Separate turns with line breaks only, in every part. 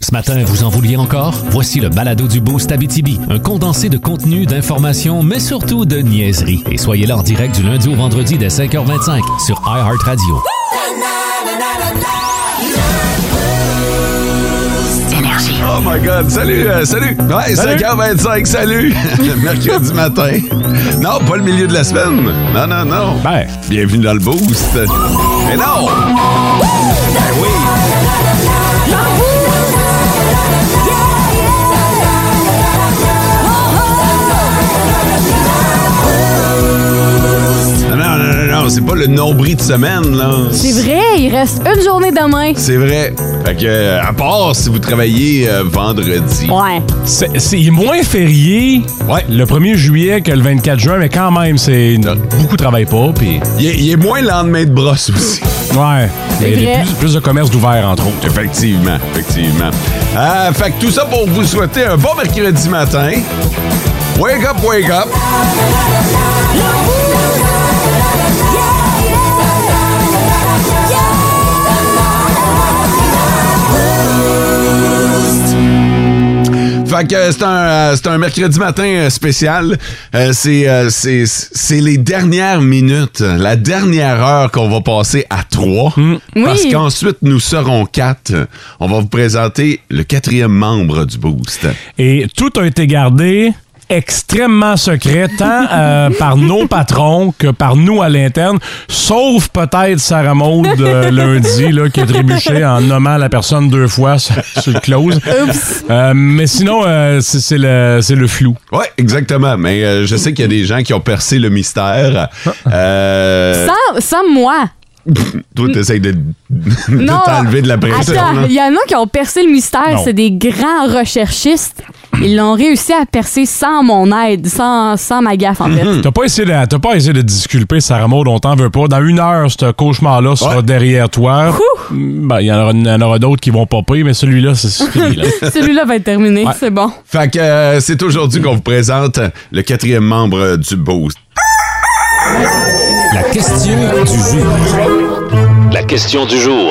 Ce matin, vous en vouliez encore? Voici le balado du Boost Abitibi, un condensé de contenu, d'informations, mais surtout de niaiseries. Et soyez là en direct du lundi au vendredi dès 5h25 sur iHeartRadio.
Oh my God. Salut, euh, salut. Ouais, 5h25, salut. Mercredi matin. Non, pas le milieu de la semaine. Non, non, non.
Ben.
Bienvenue dans le boost. Mais non. Ben oui. Non, non, non, non, non, c'est pas le nombril de semaine, là.
C'est vrai, il reste une journée demain.
C'est vrai. Fait que, euh, à part si vous travaillez euh, vendredi.
Ouais.
C'est c'est moins férié
Ouais.
le 1er juillet que le 24 juin, mais quand même, c'est
Non.
beaucoup travaillent pas. Puis,
Il est, il est moins lendemain de brosse aussi.
ouais, il y a
vrai.
des plus, plus de commerces d'ouverts, entre autres.
Effectivement, effectivement. Euh, fait que tout ça pour vous souhaiter un bon mercredi matin. Wake up, wake up. Fait que euh, c'est un, euh, c'est un mercredi matin euh, spécial. Euh, c'est, euh, c'est, c'est les dernières minutes, euh, la dernière heure qu'on va passer à trois. Parce
Oui.
qu'ensuite, nous serons quatre. On va vous présenter le quatrième membre du Boost.
Et tout a été gardé extrêmement secret, tant euh, par nos patrons que par nous à l'interne, sauf peut-être Sarah Maud euh, lundi, là, qui a trébuché en nommant la personne deux fois sur, sur le close. Euh, mais sinon, euh, c'est c'est le, c'est le flou.
Oui, exactement. Mais euh, je sais qu'il y a des gens qui ont percé le mystère. Euh,
Sans, sans moi.
toi, t'essayes de, de
Mm. Non.
t'enlever de la pression.
Attends,
là.
il y en a qui ont percé le mystère.
Non.
C'est des grands recherchistes. Ils l'ont réussi à percer sans mon aide, sans, sans ma gaffe, en fait.
Hmm.
T'as pas essayé de, t'as pas essayé de disculper Sarah Maud, on t'en veut pas. Dans une heure, ce cauchemar-là sera
Ouais.
derrière toi. Ben, il y en aura, il y en aura d'autres qui vont popper, mais celui-là, c'est c'est fini. là.
Celui-là va être terminé, c'est bon.
Fait que euh, c'est aujourd'hui qu'on vous présente le quatrième membre euh, du Boost.
La question du jour.
La question du jour.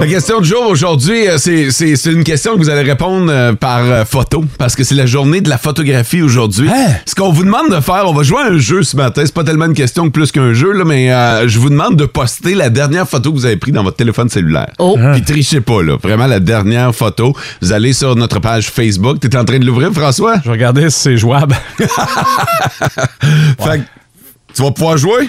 La question du jour aujourd'hui, euh, c'est- c'est c'est une question que vous allez répondre euh, par euh, photo, parce que c'est la journée de la photographie aujourd'hui.
Hein?
Ce qu'on vous demande de faire, on va jouer à un jeu ce matin, c'est pas tellement une question que plus qu'un jeu, là, mais euh, je vous demande de poster la dernière photo que vous avez prise dans votre téléphone cellulaire.
Oh.
Puis trichez pas, là. Vraiment, la dernière photo. Vous allez sur notre page Facebook. T'es en train de l'ouvrir, François?
Je vais regarder si c'est jouable.
Fait que tu vas pouvoir jouer?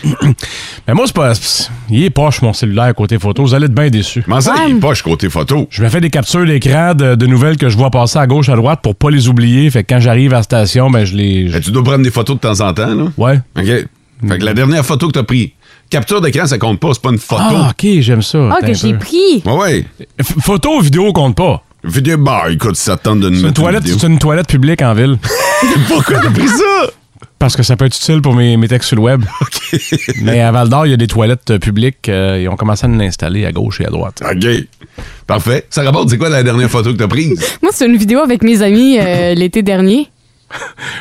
Mais moi, c'est pas. c'est- Il est poche, mon cellulaire, côté photo. Vous allez être bien déçus.
Comment ça, il est
Ouais.
poche côté photo?
Je me fais des captures d'écran de, de nouvelles que je vois passer à gauche, à droite pour pas les oublier. Fait que quand j'arrive à la station, ben, je les. je-
Ben, tu dois prendre des photos de temps en temps, là.
Ouais.
OK. Fait que la dernière photo que t'as prise, capture d'écran, ça compte pas, c'est pas une photo.
Ah, ok, j'aime ça.
Ah,
Attends
que
un
j'ai
peu.
pris.
Ouais, ouais.
F- Photo, vidéo compte pas.
Vidéo, bah, écoute, ça te tente de nous
C'est une
mettre
toilette,
vidéo.
c'est une toilette publique en ville.
Pourquoi t'as pris ça?
Parce que ça peut être utile pour mes, mes textes sur le web. Mais à Val d'Or, il y a des toilettes euh, publiques. euh, ils ont commencé à nous installer à gauche et à droite.
OK. Parfait. Ça rapporte, c'est quoi la dernière photo que t'as prise?
Moi, c'est une vidéo avec mes amis euh, l'été dernier.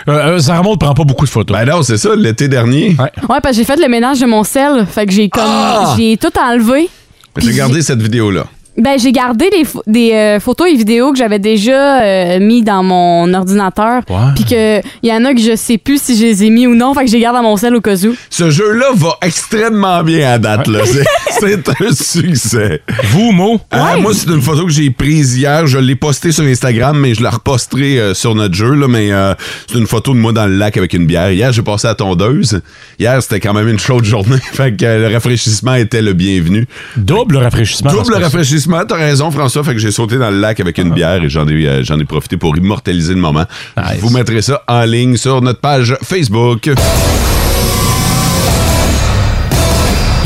Euh, euh, Sarah Maud prend pas beaucoup de photos.
Ben non, c'est ça, l'été dernier.
Ouais.
Ouais, parce que j'ai fait le ménage de mon sel. Fait que j'ai comme.
Ah!
J'ai tout enlevé.
J'ai gardé cette vidéo-là.
Ben, j'ai gardé des, pho- des euh, photos et vidéos que j'avais déjà euh, mis dans mon ordinateur.
Ouais.
Puis que il y en a que je sais plus si je les ai mis ou non, fait que je les garde dans mon sel au cas où.
Ce jeu-là va extrêmement bien à date, là. C'est- C'est un succès.
Vous, Mo?
Ah, moi, c'est une photo que j'ai prise hier. Je l'ai postée sur Instagram, mais je la reposterai euh, sur notre jeu. Là, mais euh, c'est une photo de moi dans le lac avec une bière. Hier, j'ai passé à la tondeuse. Hier, c'était quand même une chaude journée. fait que euh, le rafraîchissement était le bienvenu.
Double rafraîchissement.
Double
parce que-
rafraîchissement, t'as raison, François. Fait que j'ai sauté dans le lac avec
Ah.
une bière et j'en ai, euh, j'en ai profité pour immortaliser le moment.
Nice.
Vous mettrez ça en ligne sur notre page Facebook.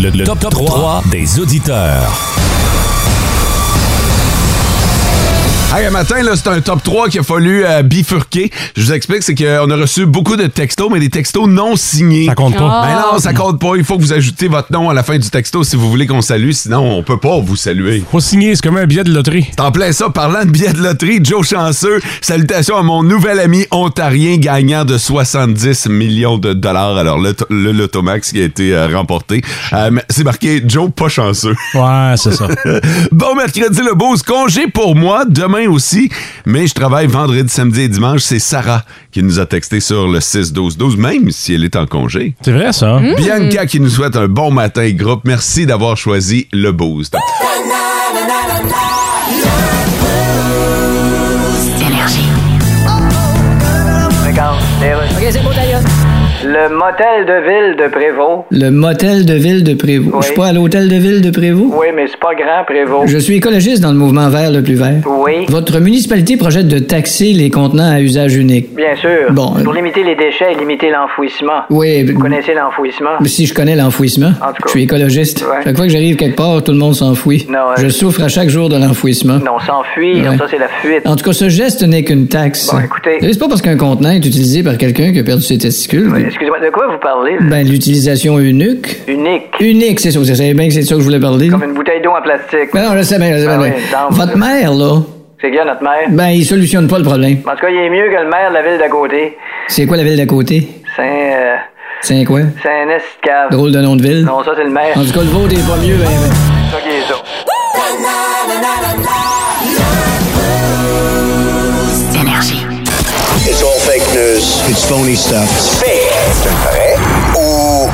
Le, le top, 3 des auditeurs.
Hey, un matin, là, c'est un top 3 qu'il a fallu euh, bifurquer. Je vous explique, c'est qu'on a reçu beaucoup de textos, mais des textos non signés.
Ça compte pas.
Ah.
Ben non, ça compte pas. Il faut que vous ajoutez votre nom à la fin du texto si vous voulez qu'on salue, sinon on peut pas vous saluer.
Faut signer, c'est comme un billet de loterie.
T'en plein ça, parlant de billets de loterie, Joe Chanceux, salutations à mon nouvel ami ontarien gagnant de 70 millions de dollars. Alors, le, to- le Lotomax qui a été euh, remporté. Euh, mais c'est marqué Joe pas chanceux.
Ouais, c'est ça.
Bon mercredi, le beau congé pour moi, demain aussi, mais je travaille vendredi, samedi et dimanche. C'est Sarah qui nous a texté sur le 6-12-12, même si elle est en congé.
C'est vrai, ça.
Hmm? Bianca qui nous souhaite un bon matin, groupe. Merci d'avoir choisi le boost.
Le motel de ville de Prévost.
Le motel de ville de Prévost.
Oui.
Je suis pas à l'hôtel de ville de Prévost.
Oui, mais c'est pas grand, Prévost.
Je suis écologiste dans le mouvement vert le plus vert.
Oui,
Votre municipalité projette de taxer les contenants à usage unique.
bien sûr.
Bon, euh,
Pour limiter les déchets et limiter l'enfouissement.
Oui,
Vous connaissez l'enfouissement?
mais si je connais l'enfouissement,
En tout cas.
je suis écologiste.
Ouais.
Chaque fois que j'arrive quelque part, tout le monde s'enfouit.
Non, euh,
Je souffre à chaque jour de l'enfouissement.
Non, s'enfuir,
Ouais. Ah.
ça c'est la fuite.
En tout cas, ce geste n'est qu'une taxe.
Bon, écoutez.
Vous savez, C'est pas parce qu'un contenant est utilisé par quelqu'un qui a perdu ses testicules.
Oui, Excusez-moi, de quoi vous parlez? là?
Ben, l'utilisation unique.
Unique.
Unique, c'est ça. Vous savez bien que c'est de ça que je voulais parler.
Comme une bouteille d'eau en plastique.
Ben non, je sais bien, je sais bien.
Ah
je sais
oui,
bien.
non,
Votre
mais-
mère, là,
C'est bien notre maire.
ben, il solutionne pas le problème.
En tout cas, il est mieux que le maire de la ville d'à côté.
C'est quoi la ville d'à côté?
Saint... euh,
C'est quoi?
Saint-Nest-Cave.
Drôle de nom de ville.
Non, ça c'est le maire.
En tout cas, le vôtre est pas mieux, ben, ben.
C'est ça qui est ça.
It's all fake news. It's phony stuff. C'est vrai ou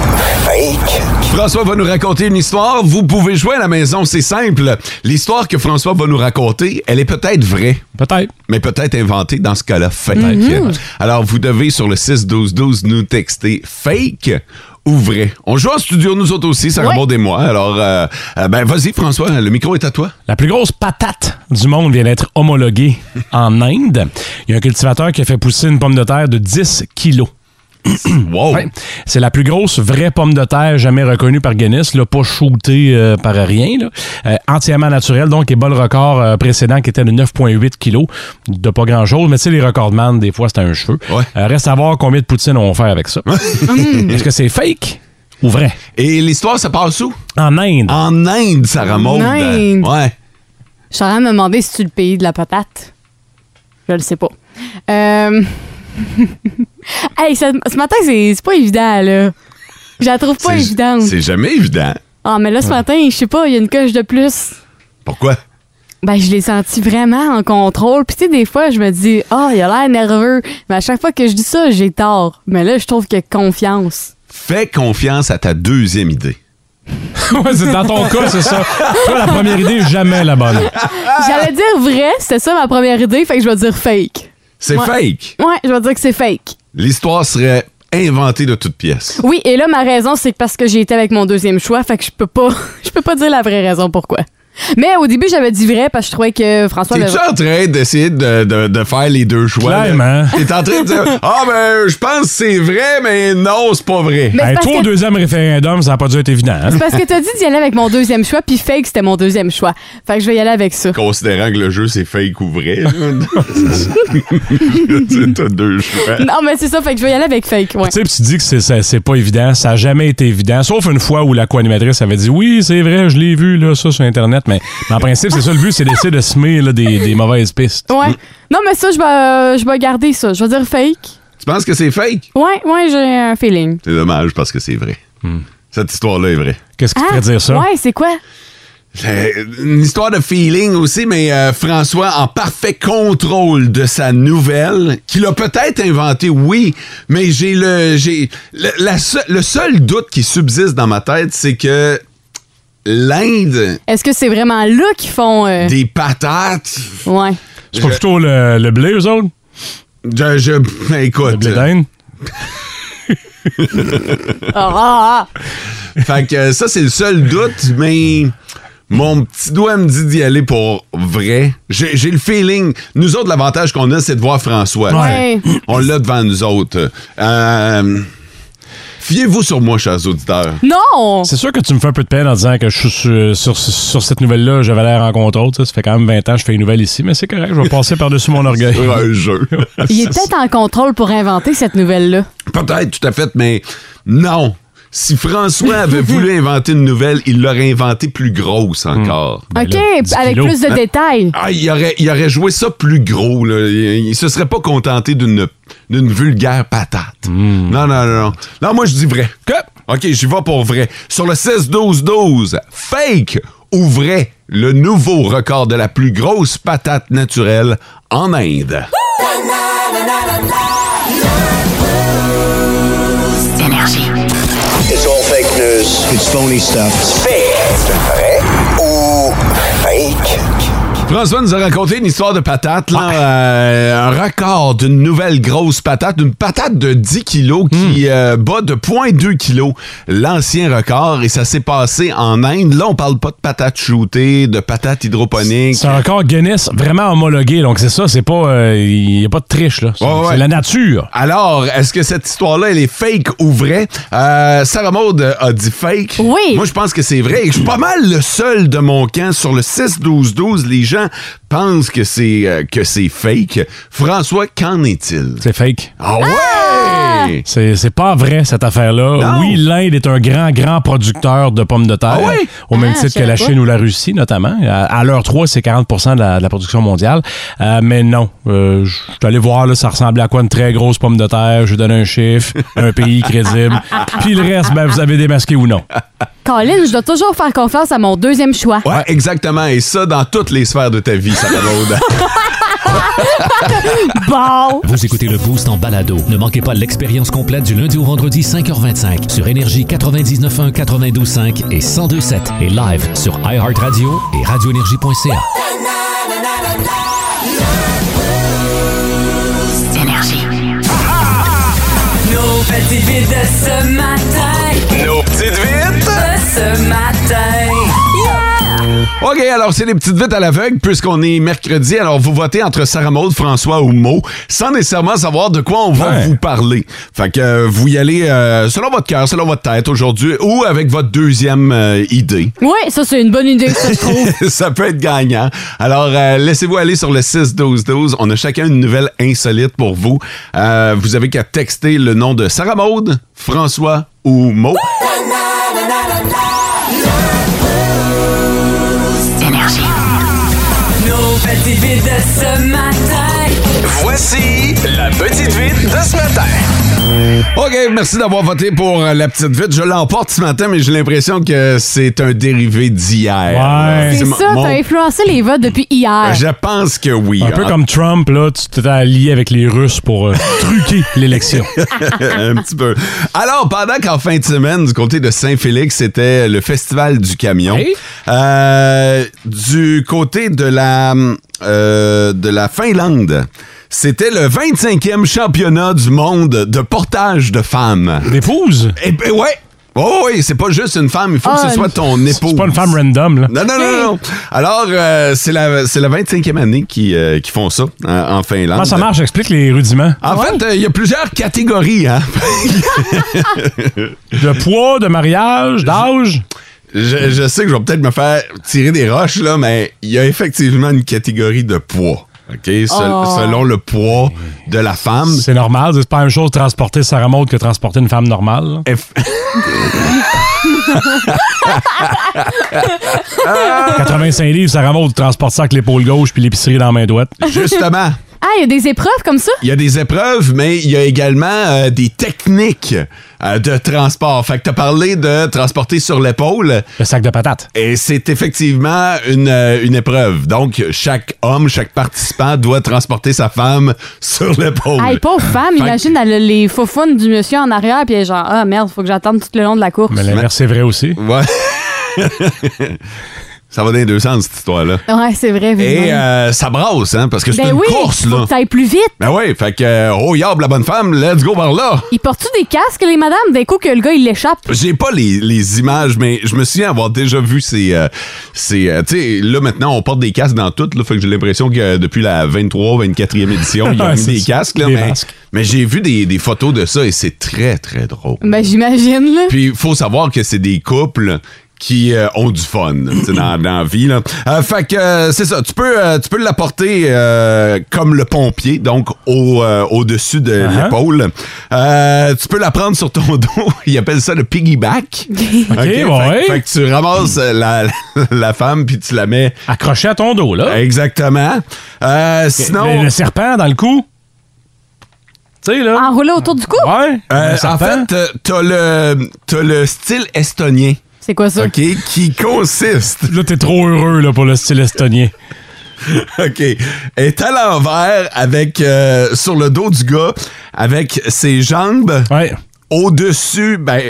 fake?
François va nous raconter une histoire. Vous pouvez jouer à la maison, c'est simple. L'histoire que François va nous raconter, elle est peut-être vraie,
Peut-être.
mais peut-être inventée dans ce cas-là, fake.
Mhm.
Alors, vous devez sur le 6-12-12 nous texter fake ou vrai. On joue en studio, nous autres aussi, Sarah Maud et moi. Alors, euh, euh, ben vas-y François, le micro est à toi.
La plus grosse patate du monde vient d'être homologuée en Inde. Il y a un cultivateur qui a fait pousser une pomme de terre de 10 kilos.
Wow!
Ouais. C'est la plus grosse vraie pomme de terre jamais reconnue par Guinness, là, pas shootée euh, par rien. là. Euh, entièrement naturelle, donc, et bas le record euh, précédent qui était de 9,8 kilos, de pas grand-chose. Mais tu sais, les recordman, des fois, c'est un cheveu.
Ouais.
Euh, reste à voir combien de poutines on va faire avec ça. Est-ce que c'est fake ou vrai?
Et l'histoire, ça passe où?
En Inde.
En Inde, Sarah Maud.
En Inde.
Ouais.
Je suis en train de me demander si tu le pays de la patate. Je le sais pas. Euh... hey, ce, ce matin, c'est c'est pas évident, là. Je la trouve pas
C'est-
évidente.
C'est jamais évident.
Ah, mais là, ce matin, je sais pas, il y a une coche de plus.
Pourquoi?
Ben, je l'ai senti vraiment en contrôle. Puis, tu sais, des fois, je me dis, ah, il a l'air nerveux. Mais à chaque fois que je dis ça, j'ai tort. Mais là, je trouve qu'il y a confiance.
Fais confiance à ta deuxième idée.
Ouais, c'est dans ton cas, c'est ça. Toi, la première idée, est jamais la bonne.
J'allais dire vrai, c'était ça ma première idée, fait que je vais dire fake.
C'est
Ouais.
fake.
Ouais, je vais dire que c'est fake.
L'histoire serait inventée de toutes pièces.
Oui, et là, ma raison, c'est que parce que j'ai été avec mon deuxième choix, fait que je peux pas, je peux pas dire la vraie raison pourquoi. Mais au début, j'avais dit vrai parce que je trouvais que François avait-
T'es-tu en train d'essayer de, de- de faire les deux choix? là?
Clairement.
T'es en train de dire Ah ben je pense que c'est vrai, mais non, c'est pas vrai.
Mais c'est
Hey,
parce
toi, au
que-
deuxième référendum, ça n'a pas dû être évident. hein?
C'est parce que t'as dit d'y aller avec mon deuxième choix, puis fake, c'était mon deuxième choix. Fait que je vais y aller avec ça.
Considérant que le jeu c'est fake ou vrai. là. Tu sais, T'as deux choix.
Non, mais c'est ça, fait que je vais y aller avec fake, ouais.
Tu sais, puis tu dis que c'est- c'est c'est pas évident, ça n'a jamais été évident, sauf une fois où la co-animatrice avait dit oui, c'est vrai, je l'ai vu, là, ça sur Internet, mais, mais en principe, c'est ça le but, c'est d'essayer de semer là, des, des mauvaises pistes.
Ouais. Non, mais ça, je vais, euh, je vais garder ça. Je vais dire fake.
Tu penses que c'est fake?
Ouais, ouais, j'ai un feeling.
C'est dommage parce que c'est vrai. Cette histoire-là est vraie.
Qu'est-ce qui te ferait dire ça?
Ah, Ouais, c'est quoi?
Euh, Une histoire de feeling aussi, mais euh, François en parfait contrôle de sa nouvelle, qu'il a peut-être inventée, oui, mais j'ai le j'ai le, la se- le seul doute qui subsiste dans ma tête, c'est que l'Inde
Est-ce que c'est vraiment là qu'ils font. euh,
des patates,
Ouais.
C'est pas plutôt le, le blé, eux autres?
je, je- ben,
Le
écoute,
blé d'Inde?
Ah, ah, ah.
fait que euh, ça c'est le seul doute, mais mon petit doigt me dit d'y aller pour vrai. J'ai j'ai le feeling. Nous autres, l'avantage qu'on a, c'est de voir François.
Ouais.
Ouais.
On l'a devant nous autres. Euh, Fiez-vous sur moi, chers auditeurs.
Non!
C'est sûr que tu me fais un peu de peine en disant que je suis sur, sur- sur cette nouvelle-là, j'avais l'air en contrôle. Ça, ça fait quand même 20 ans que je fais une nouvelle ici, mais c'est correct, je vais passer par-dessus mon orgueil.
Sur un jeu.
Il est peut-être en contrôle pour inventer cette nouvelle-là.
Peut-être, tout à fait, mais non. Si François avait voulu inventer une nouvelle, il l'aurait inventée plus grosse encore.
OK,
là, 10
avec
kilos.
plus de détails.
Ah, il aurait, il aurait joué ça plus gros. Là. Il, il se serait pas contenté d'une d'une vulgaire patate. Non, non, non, non. Non, moi, je dis vrai. OK, j'y vais pour vrai. Sur le 16-12-12, fake ou vrai, le nouveau record de la plus grosse patate naturelle en Inde.
It's all fake news. It's phony stuff. It's fake. Vrai ou fake?
François nous a raconté une histoire de patate, là, euh, un record d'une nouvelle grosse patate, une patate de 10 kilos qui euh, bat de 0.2 kilos l'ancien record et ça s'est passé en Inde. Là, on parle pas de patate shootée, de patate hydroponique.
C'est un record Guinness vraiment homologué, donc c'est ça, c'est pas. euh, Il n'y a pas de triche, là. C'est
Ouais, ouais.
c'est la nature.
Alors, est-ce que cette histoire-là, elle est fake ou vraie? Euh, Sarah Maud a dit fake.
Oui.
Moi, je pense que c'est vrai. Et je suis pas mal le seul de mon camp sur le 6-12-12. Les gens pensent que c'est euh, que c'est fake. François, qu'en est-il?
C'est fake.
Ah ouais!
C'est c'est pas vrai, cette affaire-là.
Non.
Oui, l'Inde est un grand, grand producteur de pommes de terre.
Ah oui?
Au même
Ah, je
titre que
savais
la
pas.
Chine ou la Russie, notamment. À, à l'heure 3, c'est 40 de la, de la production mondiale. Euh, mais non. Euh, Je suis allé voir, là, ça ressemblait à quoi une très grosse pomme de terre. Je donne un chiffre, un pays crédible. Puis le reste, ben, vous avez démasqué ou non.
Colin, je dois toujours faire confiance à mon deuxième choix.
Ouais, exactement. Et ça, dans toutes les sphères de ta vie, Sarah Maud.
Bon!
Vous écoutez le Boost en balado. Ne manquez pas l'expérience complète du lundi au vendredi 5h25 sur Énergie 99.1, 92.5 et 102.7 et live sur iHeartRadio et radioénergie.ca.
Nos petites vites de ce matin,
Nos petites vites.
de ce matin. Yeah!
OK, alors c'est les petites vites à l'aveugle, puisqu'on est mercredi. Alors, vous votez entre Sarah Maud, François ou Mo, sans nécessairement savoir de quoi on va
Ouais.
vous parler. Fait que euh, vous y allez euh, selon votre cœur, selon votre tête aujourd'hui, ou avec votre deuxième euh, idée.
Oui, ça, c'est une bonne idée, ça, je trouve.
ça peut être gagnant. Alors, euh, laissez-vous aller sur le 6-12-12. On a chacun une nouvelle insolite pour vous. Euh, vous avez qu'à texter le nom de Sarah Maud, François ou Mo.
Nos petites vites de ce matin,
Voici la petite vite de ce matin.
OK, merci d'avoir voté pour euh, la petite vite. Je l'emporte ce matin, mais j'ai l'impression que c'est un dérivé d'hier.
Ouais.
C'est
mon-
ça,
mon- Euh,
t'as influencé les votes depuis hier.
Je pense que oui. hein.
Un peu
En-
comme Trump, là, tu t'étais allié avec les Russes pour euh, truquer l'élection.
un petit peu. Alors, pendant qu'en fin de semaine, du côté de Saint-Félix, c'était le festival du camion,
Hey.
euh, du côté de la, euh, de la Finlande, c'était le 25e championnat du monde de portage de femmes.
L'épouse?
Et ben ouais! Oh oui, c'est pas juste une femme, il faut que
Ah,
ce soit ton épouse.
C'est pas une femme random, là.
Non, non, non, non. Alors, euh, c'est la, c'est la 25e année qui, euh, qui font ça euh, en Finlande.
Comment Ah, ça marche? Explique les rudiments.
En fait, euh, il y a plusieurs catégories. Hein?
Le poids de mariage, d'âge.
Je, je sais que je vais peut-être me faire tirer des roches, là, mais il y a effectivement une catégorie de poids. OK? Sel-
Oh.
Selon le poids de la femme.
C'est normal, c'est pas la même chose transporter Sarah Maud que transporter une femme normale.
Eff-
85 livres, Sarah Maud transporte ça avec l'épaule gauche puis l'épicerie dans la main droite.
Justement,
Ah, il y a des épreuves comme ça?
il y a des épreuves, mais il y a également euh, des techniques euh, de transport. Fait que t'as parlé de transporter sur l'épaule.
Le sac de patates.
Et c'est effectivement une, euh, une épreuve. Donc, chaque homme, chaque participant doit transporter sa femme sur l'épaule.
Hey, pauvre femme,
Fait que-
imagine, elle a les faufounes du monsieur en arrière, puis elle est genre, ah merde, faut que j'attende tout le long de la course.
Mais l'inverse est vrai aussi.
Ouais. Ça va dans les deux sens, cette histoire-là.
Ouais, c'est vrai. vu de
Et
même.
euh, ça brasse, hein, parce que c'est
ben
une
oui,
course,
faut
là.
que ça aille plus vite.
Ben oui, fait que, euh, oh, yab, la bonne femme, let's go par là.
Ils portent-tu des casques, les madames, d'un coup que le gars, il l'échappe?
J'ai pas les, les images, mais je me souviens avoir déjà vu ces. euh, ces, euh, tu sais, là, maintenant, on porte des casques dans tout. Là, fait que j'ai l'impression que euh, depuis la 23 24e édition, ils ont
Ouais,
mis
c'est
des
ça,
casques. Là,
des
mais
masques.
mais j'ai vu des, des photos de ça et c'est très, très drôle.
Ben, j'imagine, là.
Puis, il faut savoir que c'est des couples qui euh, ont du fun tu sais, dans, dans la vie. Là. Euh, fait que euh, c'est ça, tu peux, euh, tu peux l'apporter euh, comme le pompier, donc au, euh, au-dessus de
Uh-huh.
l'épaule. Euh, tu peux la prendre sur ton dos, ils appellent ça le piggyback. OK, fait,
ouais.
fait que tu ramasses euh, la, la femme puis tu la mets
Accroché à ton dos, là.
exactement. Euh,
Le,
sinon...
Ah. le serpent dans le cou. Tu sais, là.
Enroulé autour du cou?
Ouais.
euh,
le
en
serpent.
fait, euh, t'as le, t'as le style estonien,
C'est quoi
Ah.
ça?
OK, qui consiste
Là, t'es trop heureux là, pour le style estonien.
OK. Est à l'envers avec euh, sur le dos du gars avec ses jambes
Ouais.
au-dessus ben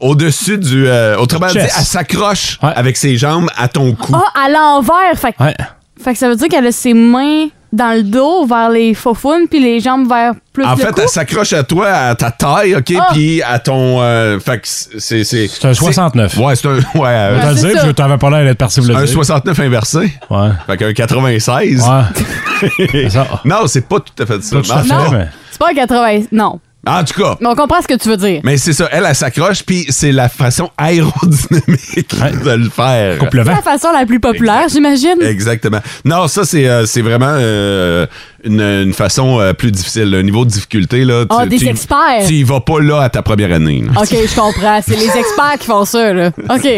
au-dessus du euh, autrement dit
Chest.
elle s'accroche
Ouais.
avec ses jambes à ton cou.
Ah, à l'envers! Fait, que-
Ouais.
fait que ça veut dire qu'elle a ses mains dans le dos vers les faufounes, puis les jambes vers plus
En
le
fait,
cou.
elle s'accroche à toi, à ta taille, OK,
Ah!
puis à ton euh, fait que c'est c'est
C'est un 69.
Ouais, c'est un ouais, euh,
Je
Ouais,
le
Ah, c'est
sais, parce
ça.
que t'avais pas l'air d'être parti pour le
un
dire.
69 inversé.
Ouais.
Fait qu'un 96.
Ouais. C'est ça.
Non, c'est pas tout à fait ça.
Pas tout à
Non,
fait,
c'est
non,
pas-
mais-
c'est pas un 80. Non.
En tout cas,
Mais on comprend ce que tu veux dire.
Mais c'est ça, elle, elle s'accroche, puis c'est la façon aérodynamique
Ouais.
de le faire.
Coupe le
C'est
vent.
la façon la plus populaire, j'imagine.
Exactement. Non, ça, c'est euh, c'est vraiment euh, une, une façon euh, plus difficile. Un niveau de difficulté, là.
Ah, des
y-
experts.
Tu y vas pas là à ta première année. là.
OK, je comprends. C'est les experts qui font ça, là. OK.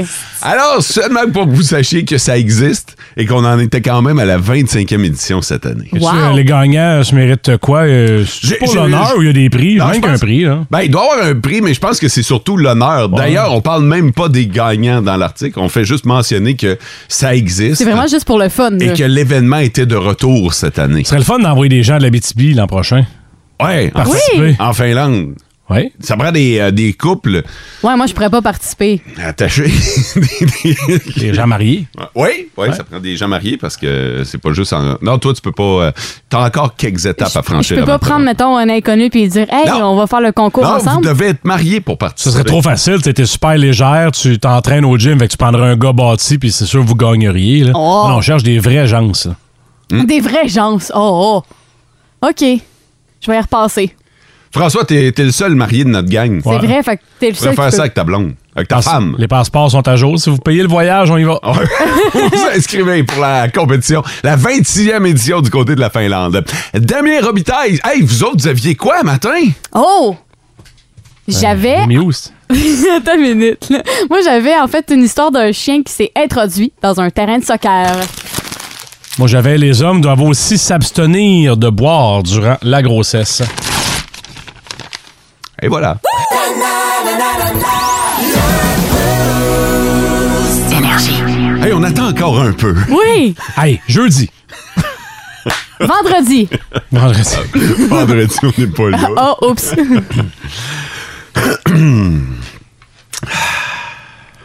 Alors, seulement pour que vous sachiez que ça existe et qu'on en était quand même à la 25e édition cette année.
Tu,
Wow.
euh, les gagnants euh, se méritent quoi? Euh, c'est
J'ai-
pour
j'ai-
l'honneur ou il y a des prix?
Non, je
Même qu'un
pense-
prix, là.
Ben, il doit y avoir un prix, mais je pense que c'est surtout l'honneur. D'ailleurs, on parle même pas des gagnants dans l'article. On fait juste mentionner que ça existe.
C'est vraiment juste pour le fun,
Et
là.
que l'événement était de retour cette année.
Ce serait le fun d'envoyer des gens de la BTB l'an prochain.
Ouais, en,
Participer.
en Finlande.
Oui.
Ça prend des, euh, des couples
Ouais, moi, je pourrais pas participer.
attachés. Des- des-
Les gens mariés.
Oui, oui, ça prend des gens mariés parce que c'est pas juste en. Non, toi, tu peux pas. euh, T'as encore quelques étapes à
Je
franchir.
peux pas
avant de-
prendre, mettons, un inconnu puis dire Hey,
Non.
on va faire le concours
Non, vous
ensemble.
devez être marié pour participer.
Ce serait trop facile. Tu étais super légère, tu t'entraînes au gym, fait que tu prendrais un gars bâti, puis c'est sûr que vous gagneriez. Là.
Oh.
Non, on cherche des vrais gens, ça.
Des vrais gens. Oh, oh. OK. Je vais y repasser.
François, t'es t'es le seul marié de notre gang.
C'est vrai, fait que Ah, t'es le
Tu pourrais
seul.
faire
qui
ça
peut-
avec ta blonde, avec ta
Parce-
femme. Oh.
Les passeports sont à jour. Si vous payez le voyage, on y va.
Ouais. vous inscrivez pour la compétition, la 26e édition du côté de la Finlande. Damien Robitaille, hey, vous autres, vous aviez quoi matin?
Oh! J'avais.
Mais où, c'est?
Attends une minute, là. Moi, j'avais en fait une histoire d'un chien qui s'est introduit dans un terrain de soccer.
Moi, j'avais les hommes doivent aussi s'abstenir de boire durant la grossesse.
Et voilà. Hey, on attend encore un peu.
Oui!
Hey, jeudi.
Vendredi!
Vendredi.
Ah. Vendredi, on n'est pas là.
Oh, oups!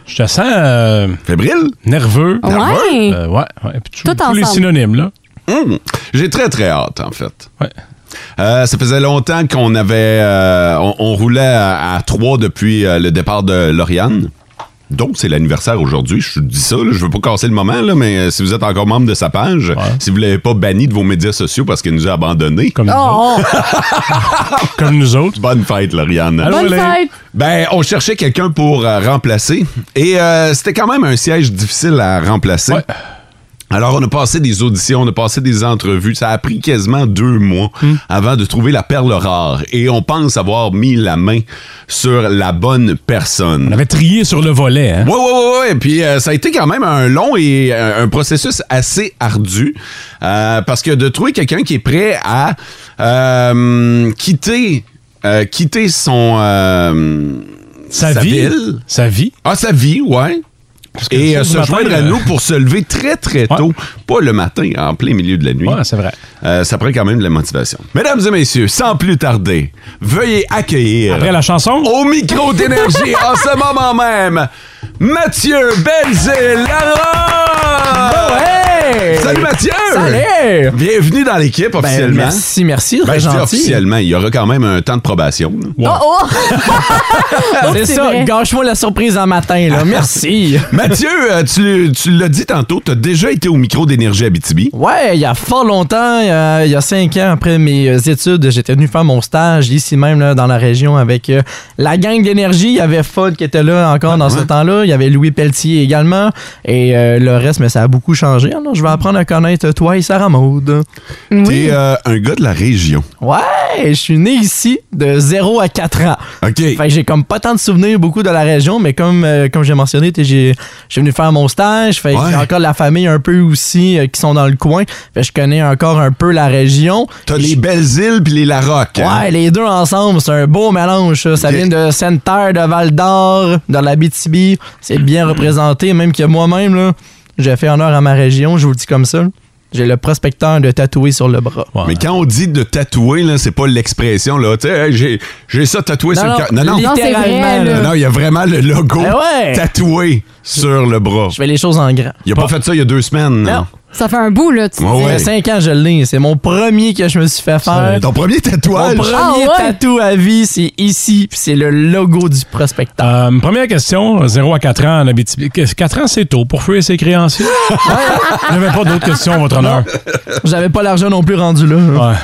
Je te sens euh,
Fébrile?
nerveux.
Ah
ouais!
Euh, ouais, ouais. Puis tous-
Tout
tous les
ensemble.
synonymes, là.
Hum, J'ai très, très hâte, en fait.
Ouais.
Euh, ça faisait longtemps qu'on avait... euh, on, on roulait à, à trois depuis euh, le départ de Lauriane. Donc, c'est l'anniversaire aujourd'hui. Je dis ça, là, je veux pas casser le moment, là, mais euh, si vous êtes encore membre de sa page, si vous l'avez pas banni de vos médias sociaux parce qu'elle nous a abandonnés,
Comme, nous autres.
Oh, oh!
comme nous autres.
bonne fête, Lauriane.
Allô?
Bonne
Allez.
fête!
Ben, on cherchait quelqu'un pour euh, remplacer. Et euh, c'était quand même un siège difficile à remplacer.
Ouais.
Alors, on a passé des auditions, on a passé des entrevues. Ça a pris quasiment deux mois avant de trouver la perle rare. Et on pense avoir mis la main sur la bonne personne.
On avait trié sur le volet, hein?
Ouais, ouais, ouais, ouais. Puis euh, ça a été quand même un long et euh, un processus assez ardu. euh, parce que de trouver quelqu'un qui est prêt à euh, quitter, euh, quitter son. euh,
Sa, vie.
ville.
Sa vie.
Ah, sa vie, ouais.
que
Et
ça,
euh,
ce
se
matin,
joindre à
euh,
nous pour se lever très, très tôt. Pas le matin, en plein milieu de la nuit.
Ouais, c'est vrai.
Euh, ça prend quand même de la motivation. Mesdames et messieurs, sans plus tarder, veuillez accueillir
Après la chanson.
au micro d'énergie en ce moment même Mathieu Belzé Lara! Salut Mathieu!
Oh, Salut!
Bienvenue dans l'équipe
Ben,
officiellement.
merci, merci,
Ben,
très
je dis
gentil.
officiellement, il y aura quand même un temps de probation. là.
Oh, oh!
Ah,
C'est
c'est
ça,
vrai.
gâche-moi la surprise en matin, là. Merci.
Mathieu, euh, tu, tu l'as dit tantôt, tu as déjà été au micro d'Énergie Abitibi.
Ouais, il y a fort longtemps, euh, il y a cinq ans après mes euh, études, j'étais venu faire mon stage ici même là, dans la région avec euh, la gang d'énergie. Il y avait Fod qui était là encore dans ce temps-là. Il y avait Louis Pelletier également. Et euh, le reste, mais ça a beaucoup changé. Alors, je vais apprendre à connaître toi et Sarah Maude.
T'es euh, un gars de la région.
Ouais, je suis né ici de 0 à 4 ans.
OK.
Fait que j'ai comme pas tant de souvenirs beaucoup de la région, mais comme, euh, comme j'ai mentionné, t'sais, j'ai j'ai venu faire mon stage. Fait que
Ouais.
j'ai encore la famille un peu aussi euh, qui sont dans le coin. Fait que je connais encore un peu la région.
T'as les belles îles puis les Larocques. hein?
Ouais, les deux ensemble, c'est un beau mélange. Ça, Ça
Ok.
vient de Sainte-Terre, de Val-d'Or, de l'Abitibi. C'est bien représenté, même que moi-même, là, j'ai fait honneur à ma région, je vous le dis comme ça. J'ai le prospecteur de tatouer sur le bras.
Mais quand on dit de tatouer, là, c'est pas l'expression, là. Tu sais, Hey, j'ai- j'ai ça tatoué sur le cœur. Non, non.
Non, c'est vrai,
littéralement.
là.
là.
Non, non, il y a vraiment le logo
Ah ouais.
tatoué sur le bras.
Je fais les choses en grand.
Il a pas fait ça il y a deux semaines.
Non.
non?
Ça fait un bout, là, tu
Ouais,
Ça
ouais.
fait 5 ans, je l'ai. C'est mon premier que je me suis fait faire.
Ton premier
Mon
tatouage.
premier
Ah ouais?
tatou à vie, c'est ici. puis C'est le logo du prospecteur.
Euh, première question, 0 à 4 ans en Abitibi. 4 ans, c'est tôt pour fuir ses créanciers. Je n'avais pas d'autres questions, votre honneur.
J'avais pas l'argent non plus rendu là.
Ouais.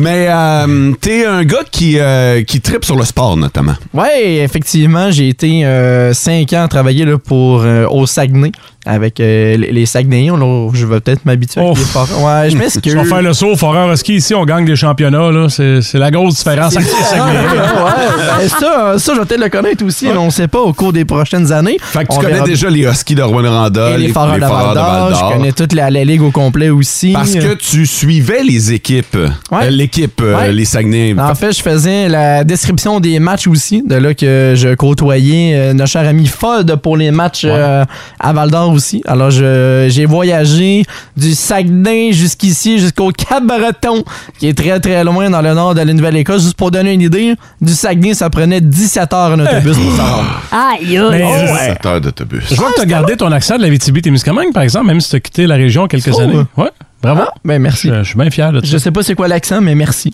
Mais euh, t'es un gars qui, euh, qui tripe sur le sport, notamment.
Ouais, effectivement, j'ai été euh, cinq ans à travailler là, pour euh, au Saguenay avec euh, les, les Saguenayens. là, je vais peut-être m'habituer. avec
Ouf.
les forts- Ouais, Ah, je m'excuse.
Je vais Oh, faire le saut, foreur au ski ici, on gagne des championnats. là. C'est c'est la grosse différence.
C'est ça, ouais. Et ça, euh, ça, je vais peut-être le connaître aussi, mais on ne sait pas au cours des prochaines années.
Fait que tu
On
connais
verra-
déjà les Huskies de Rwanda,
Et les, foreurs de
Foreurs
Val-d'Or,
Val-d'Or.
Je connais toute la, la ligue au complet aussi.
Parce que tu suivais les équipes.
Ouais.
Euh, L'équipe, euh,
Ouais.
les Saguenay.
En fait, je faisais la description des matchs aussi, de là que je côtoyais euh, notre cher ami Fod pour les matchs euh, à Val d'Or aussi. Alors, je- j'ai voyagé du Saguenay jusqu'ici, jusqu'au Cap-Breton, qui est très très loin dans le nord de la Nouvelle-Écosse. Juste pour donner une idée, du Saguenay, ça prenait 17 heures en autobus pour s'en rendre.
Aïe, Oh.
Mais,
aïe.
euh,
17 heures d'autobus.
Je vois que tu as gardé ton accent de la Vitibi-Témiscamingue, par exemple, même si tu as quitté la région quelques
Oh.
années. Ouais, bravo.
Ah, ben merci.
Je, je suis bien fier de ça.
Je sais pas c'est quoi l'accent, mais merci.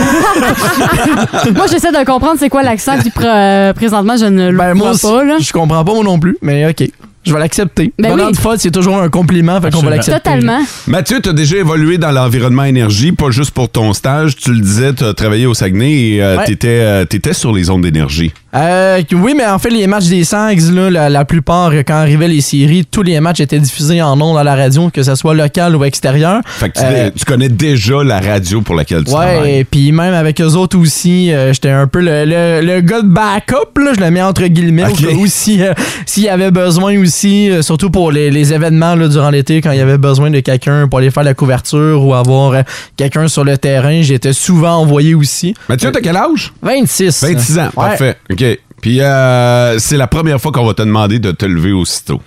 Moi, j'essaie de comprendre c'est quoi l'accent, puis pr- euh, présentement, je ne le
Ben, moi
vois
aussi,
pas, là.
je comprends pas moi non plus, mais ok. Je vais l'accepter.
Ben
Venant
oui.
de Fod, c'est toujours un compliment, fait qu'on
Absolument.
va l'accepter.
Totalement.
Mathieu, tu as déjà évolué dans l'environnement énergie, pas juste pour ton stage. Tu le disais, tu as travaillé au Saguenay et euh,
Ouais.
tu étais, sur les ondes d'énergie.
Euh, oui, mais en fait, les matchs des Sags, là, la, la plupart, euh, quand arrivaient les séries, tous les matchs étaient diffusés en ondes à la radio, que ce soit local ou extérieur.
Fait que tu,
Euh,
tu connais déjà la radio pour laquelle tu
Ouais,
travailles.
et puis même avec eux autres aussi, euh, j'étais un peu le, le, le gars de backup, là, je le mets entre guillemets,
Ok.
au cas où si, euh, s'il y avait besoin aussi, euh, surtout pour les, les événements là, durant l'été, quand il y avait besoin de quelqu'un pour aller faire la couverture ou avoir euh, quelqu'un sur le terrain, j'étais souvent envoyé aussi.
Mathieu, t'as quel âge?
26.
26 ans.
Ouais.
Parfait. OK. Puis euh, c'est la première fois qu'on va te demander de te lever aussitôt.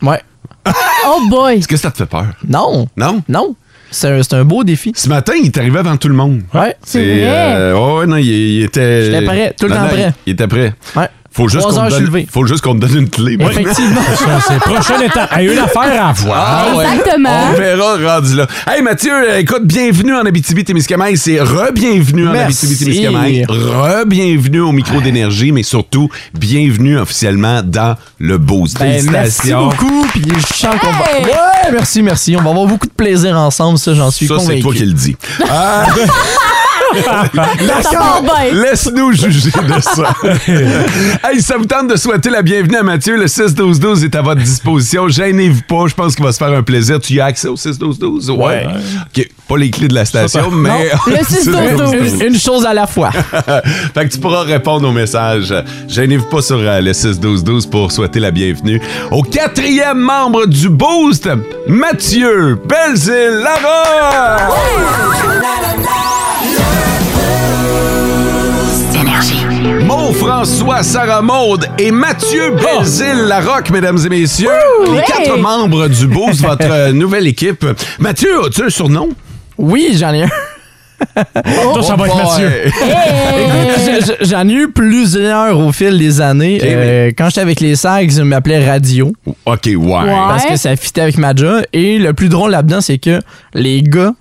Ouais.
Oh boy!
Est-ce que ça te fait peur?
Non,
Non?
non. C'est un- c'est un beau défi.
Ce matin, il est arrivé avant tout le monde.
Ouais.
C'est vrai.
euh, ouais, ouais, non, il, il était.
J'étais prêt, tout le
Non,
temps
non,
prêt.
Il, il était prêt.
Ouais.
Faut juste
Trois
qu'on
heures,
te
je suis
donne,
levé.
faut juste qu'on te donne une clé. pour-
Effectivement.
Ça, c'est prochain étape. Hey, une affaire à voir.
Ah ouais.
Exactement.
On verra rendu là. Hey Mathieu, euh, écoute, bienvenue en Abitibi-Témiscamingue. C'est re-bienvenue en
Merci.
Abitibi-Témiscamingue. Re-bienvenue au micro d'énergie, mais surtout, bienvenue officiellement dans le Boost.
Ben, merci
Félicitations.
beaucoup, puis je sens qu'on va...
Hey!
Ouais, Eh, merci, merci. On va avoir beaucoup de plaisir ensemble, ça, j'en suis
Ça,
convaincu.
c'est toi qui le dis. Ah,
Ça part bien.
Laisse-nous juger de ça. hey, ça vous tente de souhaiter la bienvenue à Mathieu. Le 6-12-12 est à votre disposition. Gênez-vous pas. Je pense qu'il va se faire un plaisir. Tu y as accès au 6-12-12? Ouais. OK. Pas les clés de la station, mais...
Le 6-12-12.
Une, une chose à la fois.
fait que tu pourras répondre aux messages. Gênez-vous pas sur euh, le 6-12-12 pour souhaiter la bienvenue au quatrième membre du Boost, Mathieu Belzil Lara. Mon François Sarah Maude et Mathieu
Oh!
Belzil Larocque, mesdames et messieurs, les
ouais.
quatre membres du Boost, votre euh, nouvelle équipe. Mathieu, as-tu un surnom?
Oui, j'en ai un.
Toi, ça va être
Oh
boy.
Mathieu.
Eh.
Écoute, je- je- j'en ai eu plusieurs au fil des années. Euh, Quand j'étais avec les Sags, ils m'appelaient Radio.
OK, ouais.
Parce que ça fitait avec ma job. Et le plus drôle là-dedans, c'est que les gars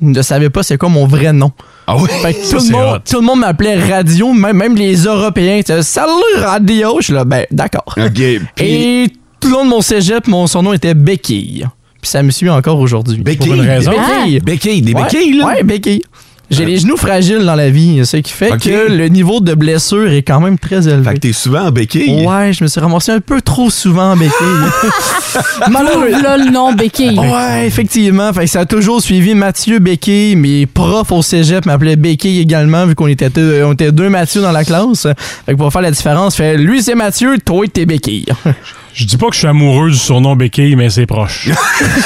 ne savaient pas c'est quoi mon vrai nom.
Ah oui?
Fait que tout,
c'est
le
hot.
monde, tout le monde m'appelait Radio, même, même les Européens. étaient, Salut Radio! Je suis là, ben d'accord.
OK. Puis,
Et tout le long de mon cégep, mon surnom était Béquille. Puis ça me suit encore aujourd'hui.
béquille.
une raison.
Ah!
Béquille.
Béquille, des
Ouais,
béquilles, là.
Ouais, béquille. J'ai les genoux fragiles dans la vie, ce qui fait
Euh. Ok.
que le niveau de blessure est quand même très élevé.
Fait que t'es souvent en béquille.
Ouais, je me suis ramassé un peu trop souvent en béquille.
Ouh,
Malheureux.
là, le nom béquille.
Ouais, effectivement. Fait que ça a toujours suivi Mathieu Béquille. Mes profs au cégep m'appelaient Béquille également, vu qu'on était, deux- on était deux Mathieu dans la classe. Fait que pour faire la différence, fait lui c'est Mathieu, toi t'es Béquille.
Je dis pas que je suis amoureux du surnom Béquille, mais c'est proche.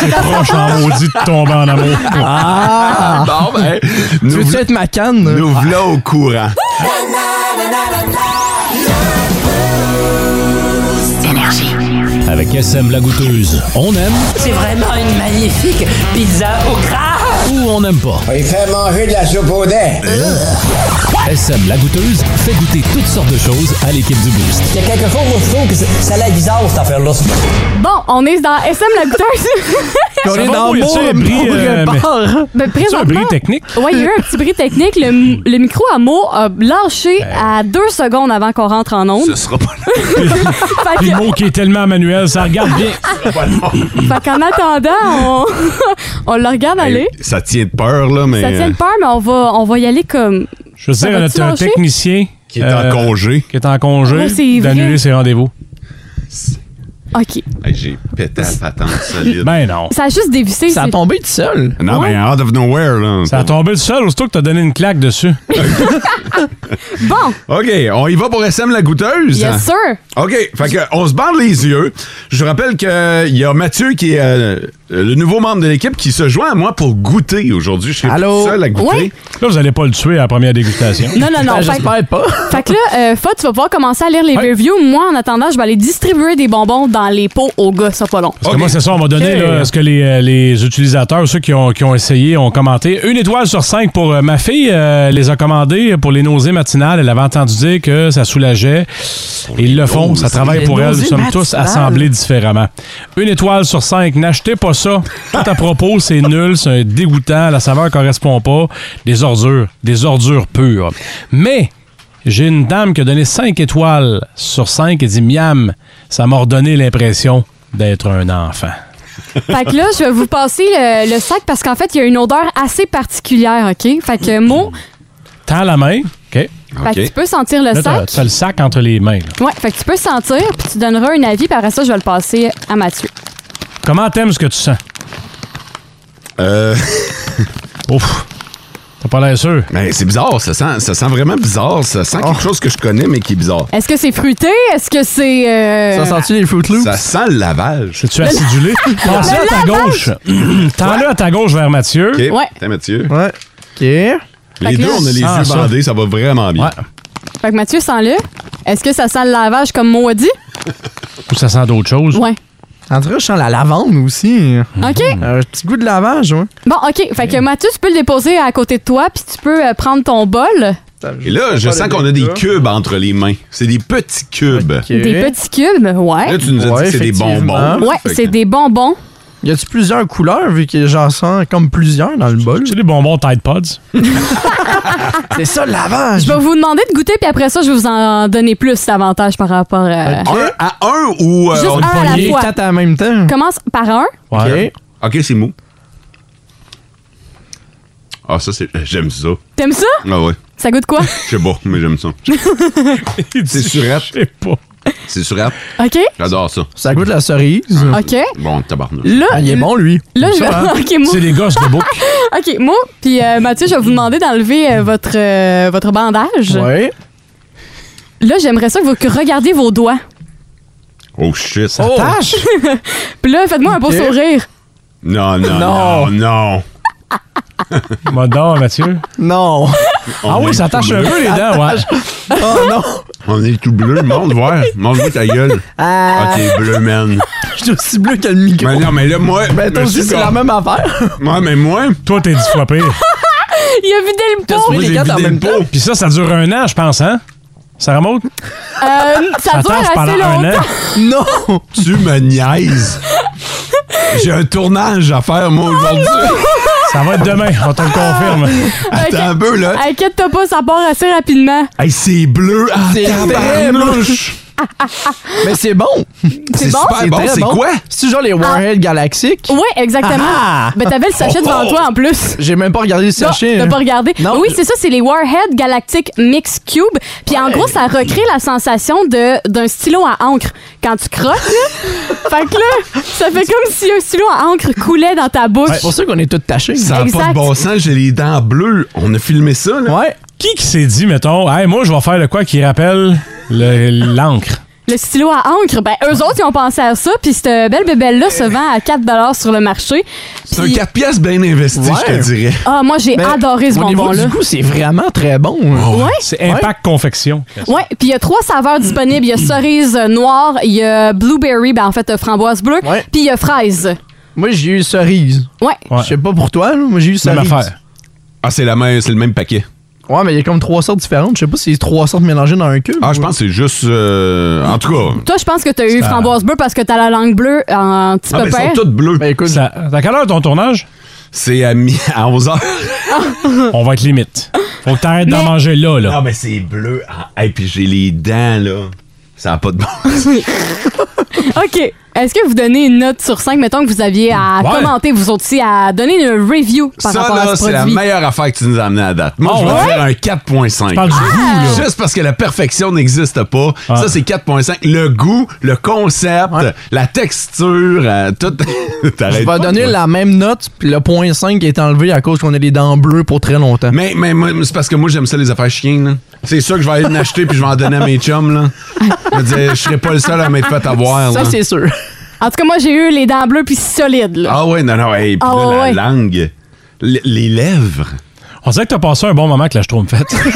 c'est proche en maudit de tomber en amour.
Ah!
Bon, ben,
Tu
nous,
veux-tu
v'là-
être ma canne?
nous voilà au courant.
Avec SM la goûteuse, on aime
C'est vraiment une magnifique pizza au gras.
ou on n'aime pas.
Il fait manger de la soupe au lait.
SM la goûteuse fait goûter toutes sortes de choses à l'équipe du Boost.
Il y a quelque chose où je trouve que c'est- ça a l'air bizarre, cette affaire-là.
Bon, on est dans SM la goûteuse.
On
Ça
est
va,
dans
oui, y a-tu
mon-
un bris,
mon
euh, mais-
repère.
ben,
C'est un
présentement,
bris technique.
Oui, il y a eu un petit bris technique. Le, m- le micro à mots a lâché
Ben.
à deux secondes avant qu'on rentre en onde.
Ce sera pas
Fait que-
Puis le mot qui est tellement manuel, ça regarde bien.
fait qu'en attendant, on, on le regarde
Ben,
aller.
Ça tient de peur, là, mais.
Ça tient
euh,
le peur, mais on va, on va y aller comme...
Je veux
Ça
dire,
va-tu
notre
lâcher?
technicien
Qui est
euh,
en congé.
qui est en congé
Ouais, c'est vrai.
d'annuler ses rendez-vous.
OK.
Hey, J'ai pété la patente solide.
Ben non.
Ça a juste dévissé.
Ça a
c'est-
tombé tout seul.
non, mais out of nowhere, là.
Ça a tombé le sol aussitôt que t'as donné une claque dessus.
Bon,
OK, on y va pour SM la goûteuse.
bien sûr.
OK, fait que, on se barre les yeux. Je vous rappelle qu'il y a Mathieu qui est euh, le nouveau membre de l'équipe qui se joint à moi pour goûter aujourd'hui. Je suis
Allô?
tout seul à goûter.
Oui.
Là, vous allez pas le tuer à la première dégustation.
Non, non, non.
Ben,
fait,
J'espère pas.
fait que là, euh, Fa, tu vas pouvoir commencer à lire les
Ouais.
reviews. Moi, en attendant, je vais aller distribuer des bonbons dans les pots aux gars. Ça pas long.
Parce que moi, c'est ça, on va donner
Ok.
là, ce que les, euh, les utilisateurs, ceux qui ont, qui ont essayé, ont commenté. Une étoile sur cinq pour euh, ma fille, euh, les a commandés pour les nausées matinales. Elle avait entendu dire que ça soulageait. Et ils le font, ça travaille
Les
pour elle. Nous
nausées
sommes tous
matinales.
assemblés différemment. Une étoile sur cinq, n'achetez pas ça. Tout à propos, c'est nul, c'est dégoûtant, la saveur correspond pas. Des ordures, des ordures pures. Mais... J'ai une dame qui a donné 5 étoiles sur 5 et dit Miam, ça m'a redonné l'impression d'être un enfant.
Fait que là, je vais vous passer le, le sac parce qu'en fait, il y a une odeur assez particulière, OK? Fait que Mo,
Tends la main. OK.
fait que
OK.
tu peux sentir le
Là, t'as,
sac.
t'as le sac entre les mains. là.
Ouais, fait que tu peux sentir, puis tu donneras un avis, puis après ça, je vais le passer à Mathieu.
Comment t'aimes ce que tu sens?
Euh,
Ouf. T'as pas l'air sûr.
ben, c'est bizarre, ça sent, ça sent vraiment bizarre. Ça sent quelque chose que je connais, mais qui est bizarre.
Est-ce que c'est fruité? Est-ce que c'est. euh,
Ça sent-tu les Fruit Loops?
Ça sent le lavage.
T'es-tu acidulé? Passe-le à ta
hein?
gauche. Tends-le à ta gauche vers Mathieu.
OK,
Ouais.
t'as Mathieu.
Ouais. OK.
Les
que
deux,
là-
on a les
Ah,
yeux
ça.
bandés, ça va vraiment bien.
Ouais.
Fait que Mathieu sent le. Est-ce que ça sent le lavage comme Mo a dit?
Ou ça sent d'autres choses.
Ouais.
En tout cas, je sens la lavande aussi. Euh,
OK.
Hmm.
Un petit goût de lavage, ouais.
Bon, OK. Fait que Mathieu, tu peux le déposer à côté de toi, puis tu peux euh, prendre ton bol,
Et là, je sens qu'on a des cubes entre les mains. C'est des petits cubes.
des petits cubes.
Là,
Ouais.
tu nous as
Ouais,
dit que c'est des bonbons.
effectivement.
Ouais,
Fait que-
c'est des bonbons.
Y a-tu plusieurs couleurs, vu que j'en sens comme plusieurs dans le bol?
C'est des bonbons Tide Pods.
C'est ça, le lavage!
Je vais vous demander de goûter, puis après ça, je vais vous en donner plus d'avantages par rapport à.
Un à un ou. euh,
Juste
on-
un à la
Les
fois.
quatre en même temps.
Commence par un.
Ouais.
OK.
OK, c'est mou. Ah, ça, c'est. J'aime ça.
T'aimes ça?
Ah ouais.
Ça goûte quoi?
Je sais pas, mais j'aime ça.
Il dit,
C'est surette.
Je sais pas.
C'est surette.
OK?
J'adore ça.
Ça goûte la cerise.
Hmm.
OK.
Bon, tabarnak.
Là,
Ah, il est bon, lui.
là, je
Ça, hein?
vais. OK, Mo.
C'est des gosses de bouc.
OK, Mo, puis euh, Mathieu, je vais vous demander d'enlever euh, votre, euh, votre bandage.
Ouais.
Là, j'aimerais ça que vous regardiez vos doigts.
Oh shit. ça-
Oh. Tâche!
Puis là, faites-moi un beau
Ok.
sourire.
Non, non, non,
Non.
non.
Oh.
M'adore, Mathieu.
Non!
On
Ah oui,
est
ça
tout
tâche un
bleu.
peu les dents, ouais.
Oh non!
On est tout bleu. Monte voir. Monte voir ta gueule. Ah, t'es bleu, man.
Je suis aussi bleu que le micro.
Mais non, mais là, moi.
Ben,
je
toi aussi,
suis
c'est
con-
la même affaire.
Ouais, mais moi.
Toi, t'es dix fois pire.
Il Il a vidé le pot.
Moi, j'ai vidé le pot. Puis ça, ça dure un an, je pense, hein? Sarah Maud?
Euh, ça dure
Attends, je parle
assez
en un an.
longtemps.
Non! tu me niaises! J'ai un tournage à faire, moi,
Ah,
aujourd'hui.
Ça va être demain, on te le confirme.
Ah.
Attends un peu, là.
Inquiète-toi pas, ça part assez rapidement.
Ah,
Hey, c'est bleu à
C'est très
tabarnouche!
Mais c'est bon.
C'est bon?
super bon,
très
c'est quoi?
C'est genre les
Ah.
Warhead Galactiques.
Oui, exactement.
Ah!
Ben, t'avais le sachet devant toi en plus.
J'ai même pas regardé le
Non,
sachet.
t'as
hein.
pas regardé.
Non.
Oui, c'est ça, c'est les Warhead Galactic Mix Cube. Puis en gros, ça recrée la sensation de d'un stylo à encre quand tu croques. là. fait que là, ça fait comme si un stylo à encre coulait dans ta bouche.
C'est pour ça qu'on est tous tachés.
Ça n'a pas
Exact.
de bon sens, j'ai les dents bleues. On a filmé ça, là.
Ouais.
Qui qui s'est dit, mettons, hey, moi, je vais faire le quoi qui rappelle le- l'encre?
Le stylo à encre, ben eux autres, ils ont pensé à ça. Puis cette belle bébelle-là se vend à 4 sur le marché.
C'est un
Puis-
4 piastres bien investi,
Ouais.
je te dirais.
Ah, moi, j'ai
Mais
adoré ce
au niveau
bonbon-là.
Du coup, c'est vraiment très bon.
Ouais.
C'est Impact Confection.
Ouais, puis il y a trois saveurs disponibles. Il y a cerise euh, noire, il y a blueberry, ben en fait euh, framboise bleue,
Ouais.
puis il y a fraise.
Moi, j'ai eu cerise.
Ouais.
Ouais.
Je sais pas pour toi, là, moi j'ai eu
Même
cerise.
affaire.
Ah, c'est la même- c'est le même paquet.
Ouais, mais il y a comme trois sortes différentes. Je sais pas si c'est trois sortes mélangées dans un cube.
Ah, je pense que c'est juste. euh, en tout cas.
Toi, je pense que t'as eu framboise bleue parce que t'as la langue bleue en petit
Ah, ben, ils
pépin.
sont toutes bleues.
Ben écoute,
Ça- T'as quelle heure ton tournage?
C'est à, mi- à 11h.
Hum.
On va être limite. Faut que t'arrêtes d'en manger là, là.
Ah.
mais c'est bleu. Et puis j'ai les dents, là. Ça n'a pas de bon sens.
OK. Est-ce que vous donnez une note sur 5? Mettons que vous aviez à
Ouais.
commenter, vous aussi, à donner une review par
Ça,
rapport
là,
à ce
c'est la
produit.
meilleure affaire que tu nous as amenée à date. Moi,
Ah
je vais
ouais?
faire un 4.5.
Je parle du
Ah!
goût, là.
Juste parce que la perfection n'existe pas.
Ah.
Ça, c'est 4.5. Le goût, le concept, la texture, euh, tout.
je
T'arrêtes
vais
pas,
donner
toi.
la même note, puis le point 5 est enlevé à cause qu'on a les dents bleues pour très longtemps.
Mais, mais moi, c'est parce que moi, j'aime ça, les affaires chiennes. là. C'est sûr que je vais aller en acheter puis je vais en donner à mes chums. Là. Je veux dire, je serais pas le seul à m'être fait avoir.
ça,
là.
c'est sûr.
En tout cas, moi, j'ai eu les dents bleues puis solides. Là.
Ah ouais, non, non. hey, puis
Ah
là, la
ouais.
langue, l- les lèvres.
On dirait que t'as passé un bon moment avec la Schtroumpfette.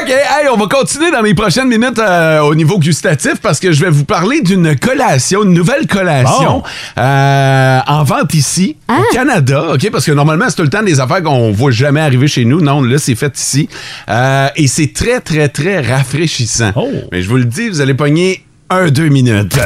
OK, hey, on va continuer dans les prochaines minutes euh, au niveau gustatif parce que je vais vous parler d'une collation, une nouvelle collation
Bon.
euh, en vente ici,
Ah.
au Canada, OK? Parce que normalement, c'est tout le temps des affaires qu'on voit jamais arriver chez nous. Non, là, c'est fait ici. Euh, et c'est très, très, très rafraîchissant.
Oh.
Mais je vous le dis, vous allez pogner un, deux minutes.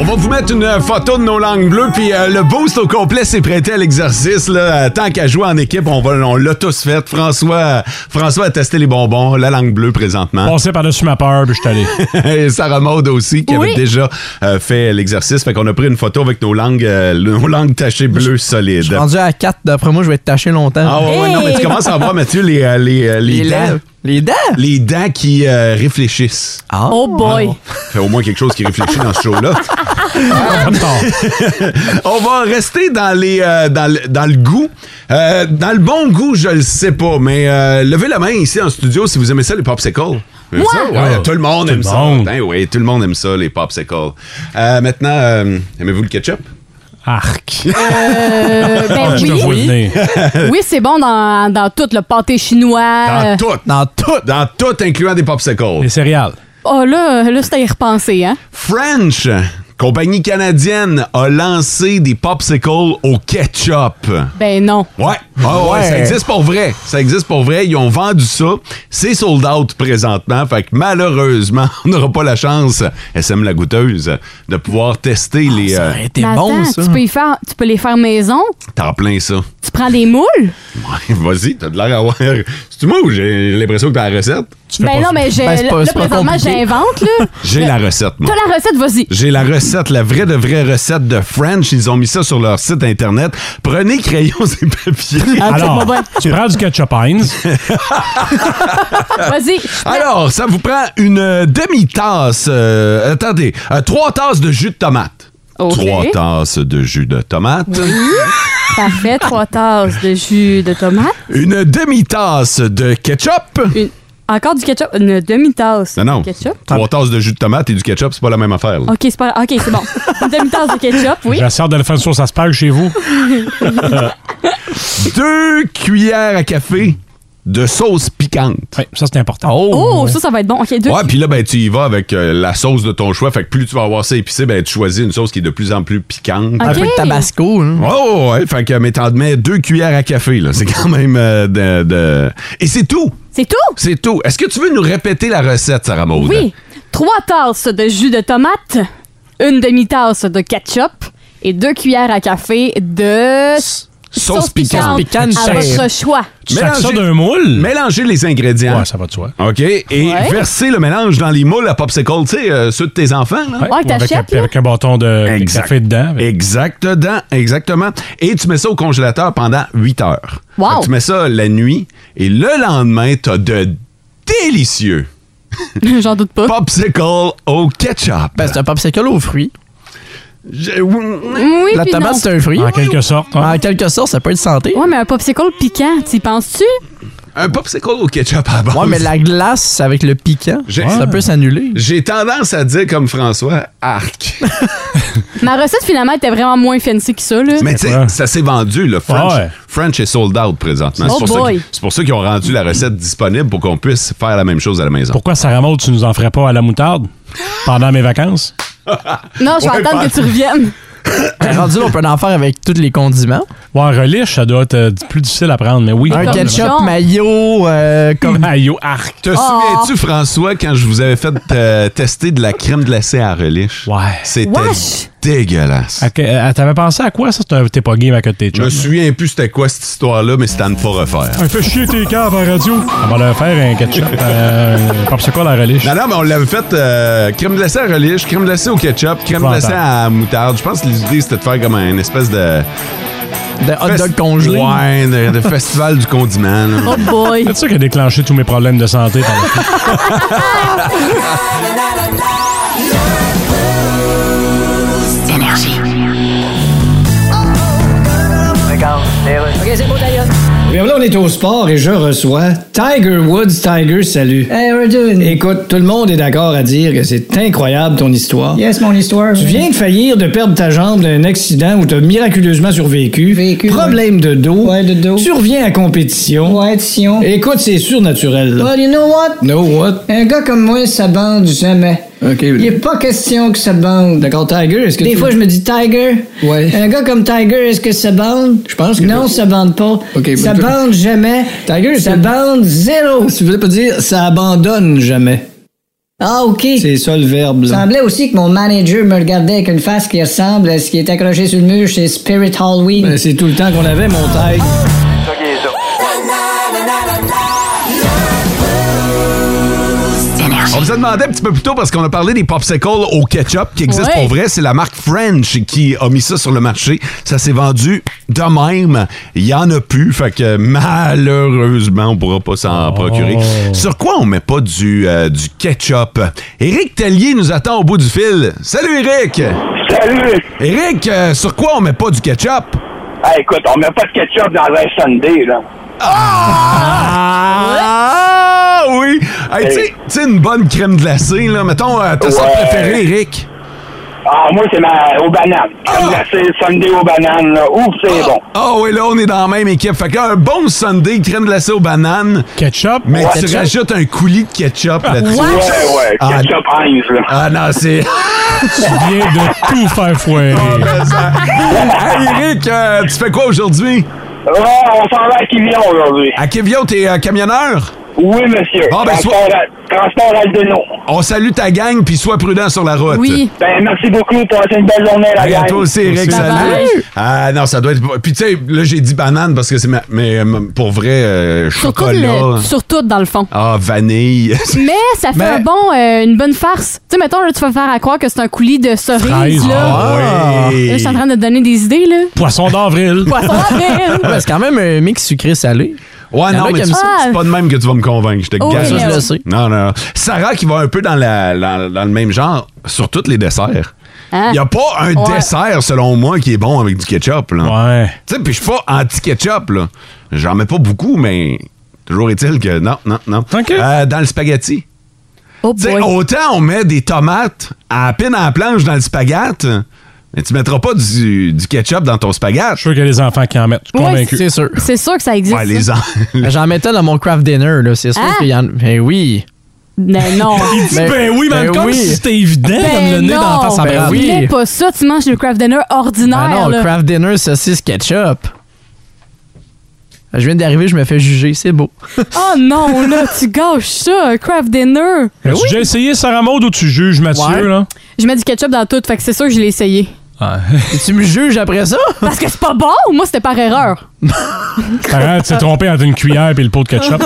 On va vous mettre une euh, photo de nos langues bleues, puis euh, le boost au complet s'est prêté à l'exercice. là. Euh, Tant qu'à jouer en équipe, on, va, on l'a tous fait. François, euh, François a testé les bonbons, la langue bleue
Ah.
présentement.
Passé par-dessus ma peur, puis je suis allé.
Et Sarah Maud aussi, qui
Oui.
avait déjà euh, fait l'exercice. Fait qu'on a pris une photo avec nos langues, euh, nos langues tachées bleues
Je suis
solides.
rendu à 4, d'après moi, je vais être taché longtemps.
Ah ouais, ouais, non, mais tu commences à voir, Mathieu, les, euh, les, euh, les
les,
dents.
lèvres. Les dents?
Les dents qui euh, réfléchissent.
Ah.
Oh boy.
Fait au moins quelque chose qui réfléchit dans ce show-là.
Ah.
Pas de tort.
On va rester dans les euh, dans, le, dans le goût. Euh, dans le bon goût, je le sais pas, mais euh, levez la main ici en studio si vous aimez ça, les popsicles. Vous aimez ça? Ouais, tout le monde
Tout
aime
le
ça.
monde.
Ben oui, tout le monde aime ça, les popsicles. Euh, maintenant, euh, aimez-vous le ketchup?
Arc. Ah,
Euh, ben
Ah,
Je te vois
oui.
venir.
Oui, c'est bon dans, dans tout. Le pâté chinois.
Dans
euh,
tout!
Dans tout.
Dans tout, incluant des
Les
popsicles.
céréales.
Oh là, là, c'est à y repenser. Hein?
French, compagnie canadienne, a lancé des popsicles au ketchup.
Ben non.
Ouais. Ah ouais,
Ouais.
ça existe pour vrai. Ça existe pour vrai. Ils ont vendu ça. C'est sold out présentement. Fait que malheureusement, on n'aura pas la chance, SM la goûteuse, de pouvoir tester les.
Ça
euh,
aurait été
Mais
bon,
attends,
ça.
Tu peux, y faire, tu peux les faire maison.
T'en plein ça.
Tu prends des moules.
Ouais, vas-y, t'as de l'air à avoir. C'est-tu moi ou j'ai l'impression que t'as la recette?
Ben non, mais j'ai-
Ben, c'est pas-
là,
c'est pas
présentement,
compliqué.
j'invente. là.
J'ai la recette, moi.
T'as la recette, vas-y.
J'ai la recette, la vraie de vraie recette de French. Ils ont mis ça sur leur site internet. Prenez crayons et papiers.
Alors,
Ah, bon,
tu prends du ketchup Heinz.
Vas-y.
Alors, ça vous prend une euh, demi-tasse. euh, attendez, euh, trois tasses de jus de tomate.
Ok.
Trois tasses de jus de tomate.
Parfait, trois tasses de jus de tomate.
Une demi-tasse de ketchup.
Une- Encore du ketchup. Une demi-tasse
Non, non.
de ketchup.
Trois tasses de jus de tomate et du ketchup, c'est pas la même affaire. là.
OK, c'est pas... OK, c'est bon. Une demi-tasse de ketchup, oui.
J'ai sorte de le faire une sauce à spag chez vous.
Deux cuillères à café de sauce piquante.
Oui, ça c'est important.
Oh, ça, ça va être bon. OK, deux.
Ouais, puis là, ben, tu y vas avec euh, la sauce de ton choix. Fait que plus tu vas avoir ça épicé, ben, tu choisis une sauce qui est de plus en plus piquante.
Un peu de tabasco. hein.
Oh, ouais, fait que, mais t'en mets deux cuillères à café, là. C'est quand même euh, de, de- Et c'est tout!
C'est tout?
C'est tout. Est-ce que tu veux nous répéter la recette, Sarah Maud?
Oui. Trois tasses de jus de tomate, une demi-tasse de ketchup et deux cuillères à café de sauce
piquante.
piquante
Sauce
à
piquante.
votre choix.
moule?
Mélanger les ingrédients.
Ouais, ça va de soi.
OK? Et
Ouais.
verser le mélange dans les moules à popsicle, tu sais, euh, ceux de tes enfants, là.
Ouais, que
avec,
t'achètes,
un, avec un bâton de de
Exact.
café dedans.
Exact dedans, exactement. Et tu mets ça au congélateur pendant 8 heures.
Wow.
Fait que Tu mets ça la nuit et le lendemain, t'as de délicieux
J'en doute pas.
popsicle au ketchup.
Ben, c'est un popsicle aux fruits.
Je- oui,
Oui,
la
puis
tomate,
non.
c'est un fruit.
En quelque sorte. hein.
En quelque sorte, ça peut être santé.
Ouais, mais un popsicle piquant, t'y penses-tu?
Un popsicle au ketchup à la base.
Ouais, mais la glace avec le piquant,
J'ai-
ça peut s'annuler.
J'ai tendance à dire comme François, arc.
Ma recette, finalement, était vraiment moins fancy que ça, là.
Mais tu sais, ça s'est vendu. Le French,
Ouais.
French est sold out présentement.
Oh
c'est pour, ça
boy.
que- c'est pour ça qu'ils ont rendu la recette disponible pour qu'on puisse faire la même chose à la maison.
Pourquoi, Sarah Maud, tu nous en ferais pas à la moutarde pendant mes vacances?
Non, je vais
Ouais,
attendre
ben-
que tu reviennes.
Rendu, là, on peut en faire avec tous les condiments.
Ouais, un relish, ça doit être euh, plus difficile à prendre, mais oui.
Un
Comme
ketchup,
Jean.
mayo, euh, comme
Mayo arc.
Ah.
Te souviens-tu, François, quand je vous avais fait euh, tester de la crème glacée à relish?
Ouais.
C'était
Wesh!
dégueulasse.
À que- à- T'avais pensé à quoi, ça? T'as- T'es pas game à côté de tes
Je me
chums.
souviens plus c'était quoi cette histoire-là, mais c'était à ne pas refaire.
Un fait chier tes caves en radio. On va leur faire un ketchup, euh, un popsicle à relish.
Non, non, mais on l'avait fait euh, crème glacée à relish, crème glacée au ketchup, crème
Épouvantable.
glacée à moutarde. Je pense que l'idée, c'était de faire comme une espèce de...
de hot
fest-
dog congelé.
Ouais, de, de festival du condiment. là.
Oh boy.
C'est ça qui a déclenché tous mes problèmes de santé. par la suite.
Ok, c'est bon, d'ailleurs.
Bien là, on est au sport et je reçois Tiger Woods. Tiger, salut.
Hey, we're doing.
Écoute, tout le monde est d'accord à dire que c'est incroyable ton histoire.
Yes, mon histoire.
Tu viens de faillir de perdre ta jambe d'un accident où t'as miraculeusement survécu.
Vécu,
Problème de dos.
Ouais, de dos.
Tu reviens à compétition.
Ouais, Sion.
Écoute, c'est surnaturel. là.
But you know what?
No what?
Un gars comme moi, ça bande jamais.
OK.
Il est pas question que ça bande.
D'accord, Tiger, est-ce que
Des
tu-
fois, je me dis Tiger.
Ouais.
Un gars comme Tiger, est-ce que ça bande?
Je pense que-
Non, ça bande pas.
Ok,
ça
mais-
bande jamais.
Tiger,
ça
c'est-
bande zéro.
Tu voulais pas dire ça abandonne jamais.
Ah, OK.
C'est ça le verbe.
Il
là.
semblait aussi que mon manager me regardait avec une face qui ressemble à ce qui est accroché sur le mur chez Spirit Halloween.
Ben, C'est tout le temps qu'on avait, mon Tiger.
On vous a demandé un petit peu plus tôt parce qu'on a parlé des popsicles au ketchup qui existent
Ouais.
pour vrai. C'est la marque French qui a mis ça sur le marché. Ça s'est vendu de même. Il y en a plus. Fait que malheureusement, on pourra pas s'en procurer. Sur quoi on met pas du, euh, du ketchup? Éric Tellier nous attend au bout du fil. Salut Éric!
Salut!
Éric, euh, sur quoi on met pas du ketchup?
Ah, écoute, on met pas de ketchup dans un Sunday, là.
Ah oui! Hey, tu sais- tu sais, une bonne crème glacée, là. Mettons, euh, ta sorte
Ouais.
préférée, Éric?
Ah, moi, c'est ma... aux bananes. Crème
Ah!
glacée, Sunday aux bananes, là. Ouf, c'est bon.
Ah oui, là, on est dans la même équipe. Fait qu'un bon Sunday, crème glacée aux bananes,
ketchup?
mais
Ouais.
tu
Ketchup.
rajoutes un coulis de ketchup là-dessus.
Ouais, ouais.
Ah,
Ketchup Heinz, là.
Ah non, c'est...
Tu viens de tout faire foirer.
hey, Eric, euh, tu fais quoi aujourd'hui?
Ouais, on s'en va à Quillon aujourd'hui.
À Kevio, t'es euh, camionneur?
Oui, monsieur.
Ah, ben,
Transport,
soit-
à... Transport Aldeno.
On salue ta gang, puis sois prudent sur la route.
Oui.
Ben, merci beaucoup. Passez une belle journée, la
Hey, à
gang.
toi aussi, Eric,
Bye
salut.
bye.
Ah non, ça doit être... Puis tu sais, là, j'ai dit banane parce que c'est... ma- Mais euh, pour vrai, euh,
Surtout,
chocolat...
le, surtout dans le fond.
Ah, vanille.
Mais ça fait
Mais-
un bon, euh, une bonne farce. Tu sais, mettons, là, tu vas faire à croire que c'est un coulis de
Fraise.
cerise. Là.
Ah,
Là, je suis en train de te donner des idées, là.
Poisson d'avril.
Poisson d'avril.
Ben, c'est quand même un mix sucré-salé.
Ouais,
Il y
non,
en a
mais
qui
tu-
aiment
ça.
c'est pas de même que tu vas me convaincre, je te
Oh,
gage.
oui,
Ça, je
oui.
le sais.
Non, non, non. Sarah qui va un peu dans, la, dans, dans le même genre sur tous les desserts. Il
Ah.
Hein?
n'y a pas un
Ouais.
dessert, selon moi, qui est bon avec du ketchup. Là.
Ouais.
Tu sais, puis je suis pas anti-ketchup. là. J'en mets pas beaucoup, mais toujours est-il que non, non, non.
OK.
Euh, dans le spaghetti.
Oh
Tu sais,
boy.
autant on met des tomates à peine à la planche dans le spaghetti, Mais tu mettras pas du, du ketchup dans ton spaghetti. Je
suis sûr qu'il y a des enfants qui en mettent.
Ouais, c'est sûr. C'est sûr que ça existe.
Ouais, les
ça.
en...
Ben, J'en mettais dans mon craft dinner, là. C'est sûr
Ah!
qu'il y en Ben oui.
Mais non.
Il dit, Ben- ben oui, man, ben comme oui. si c'était évident,
Ben
comme le nez dans la face en
non,
branle.
tu
Oui.
fais pas ça, tu manges le craft dinner ordinaire.
Ben non,
Ah, là.
craft dinner, saucisse, ketchup. Je viens d'arriver, je me fais juger, c'est beau.
Oh non, là, tu gâches ça, un craft dinner.
As-tu déjà essayé Sarah Maud ou tu juges Mathieu, là?
Je mets du ketchup dans tout, fait que c'est sûr que je l'ai essayé.
Et tu me juges après ça?
Parce que c'est pas bon, moi c'était par erreur.
Sarah, tu t'es trompé entre une cuillère et le pot de ketchup.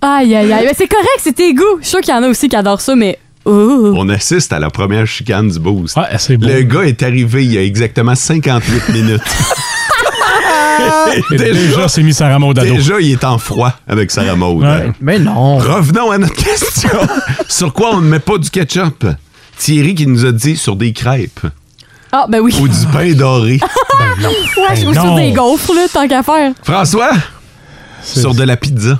Aïe, aïe, aïe. Mais c'est correct, c'est tes goûts. Je suis sûr qu'il y en a aussi qui adorent ça, mais. Ouh.
On assiste à la première chicane du boost.
c'est
Le gars est arrivé il y a exactement 58 minutes.
Et déjà, c'est mis Sarah Maud à dos.
Déjà, il est en froid avec Sarah Maud. hein.
Ouais.
Mais non.
Revenons à notre question. sur quoi on ne met pas du ketchup? Thierry qui nous a dit sur des crêpes
Ah, ben oui.
ou du pain doré.
Ouais, je
Ben
vous sur
non.
des gaufres, là, tant qu'à faire.
François, sur de la pizza.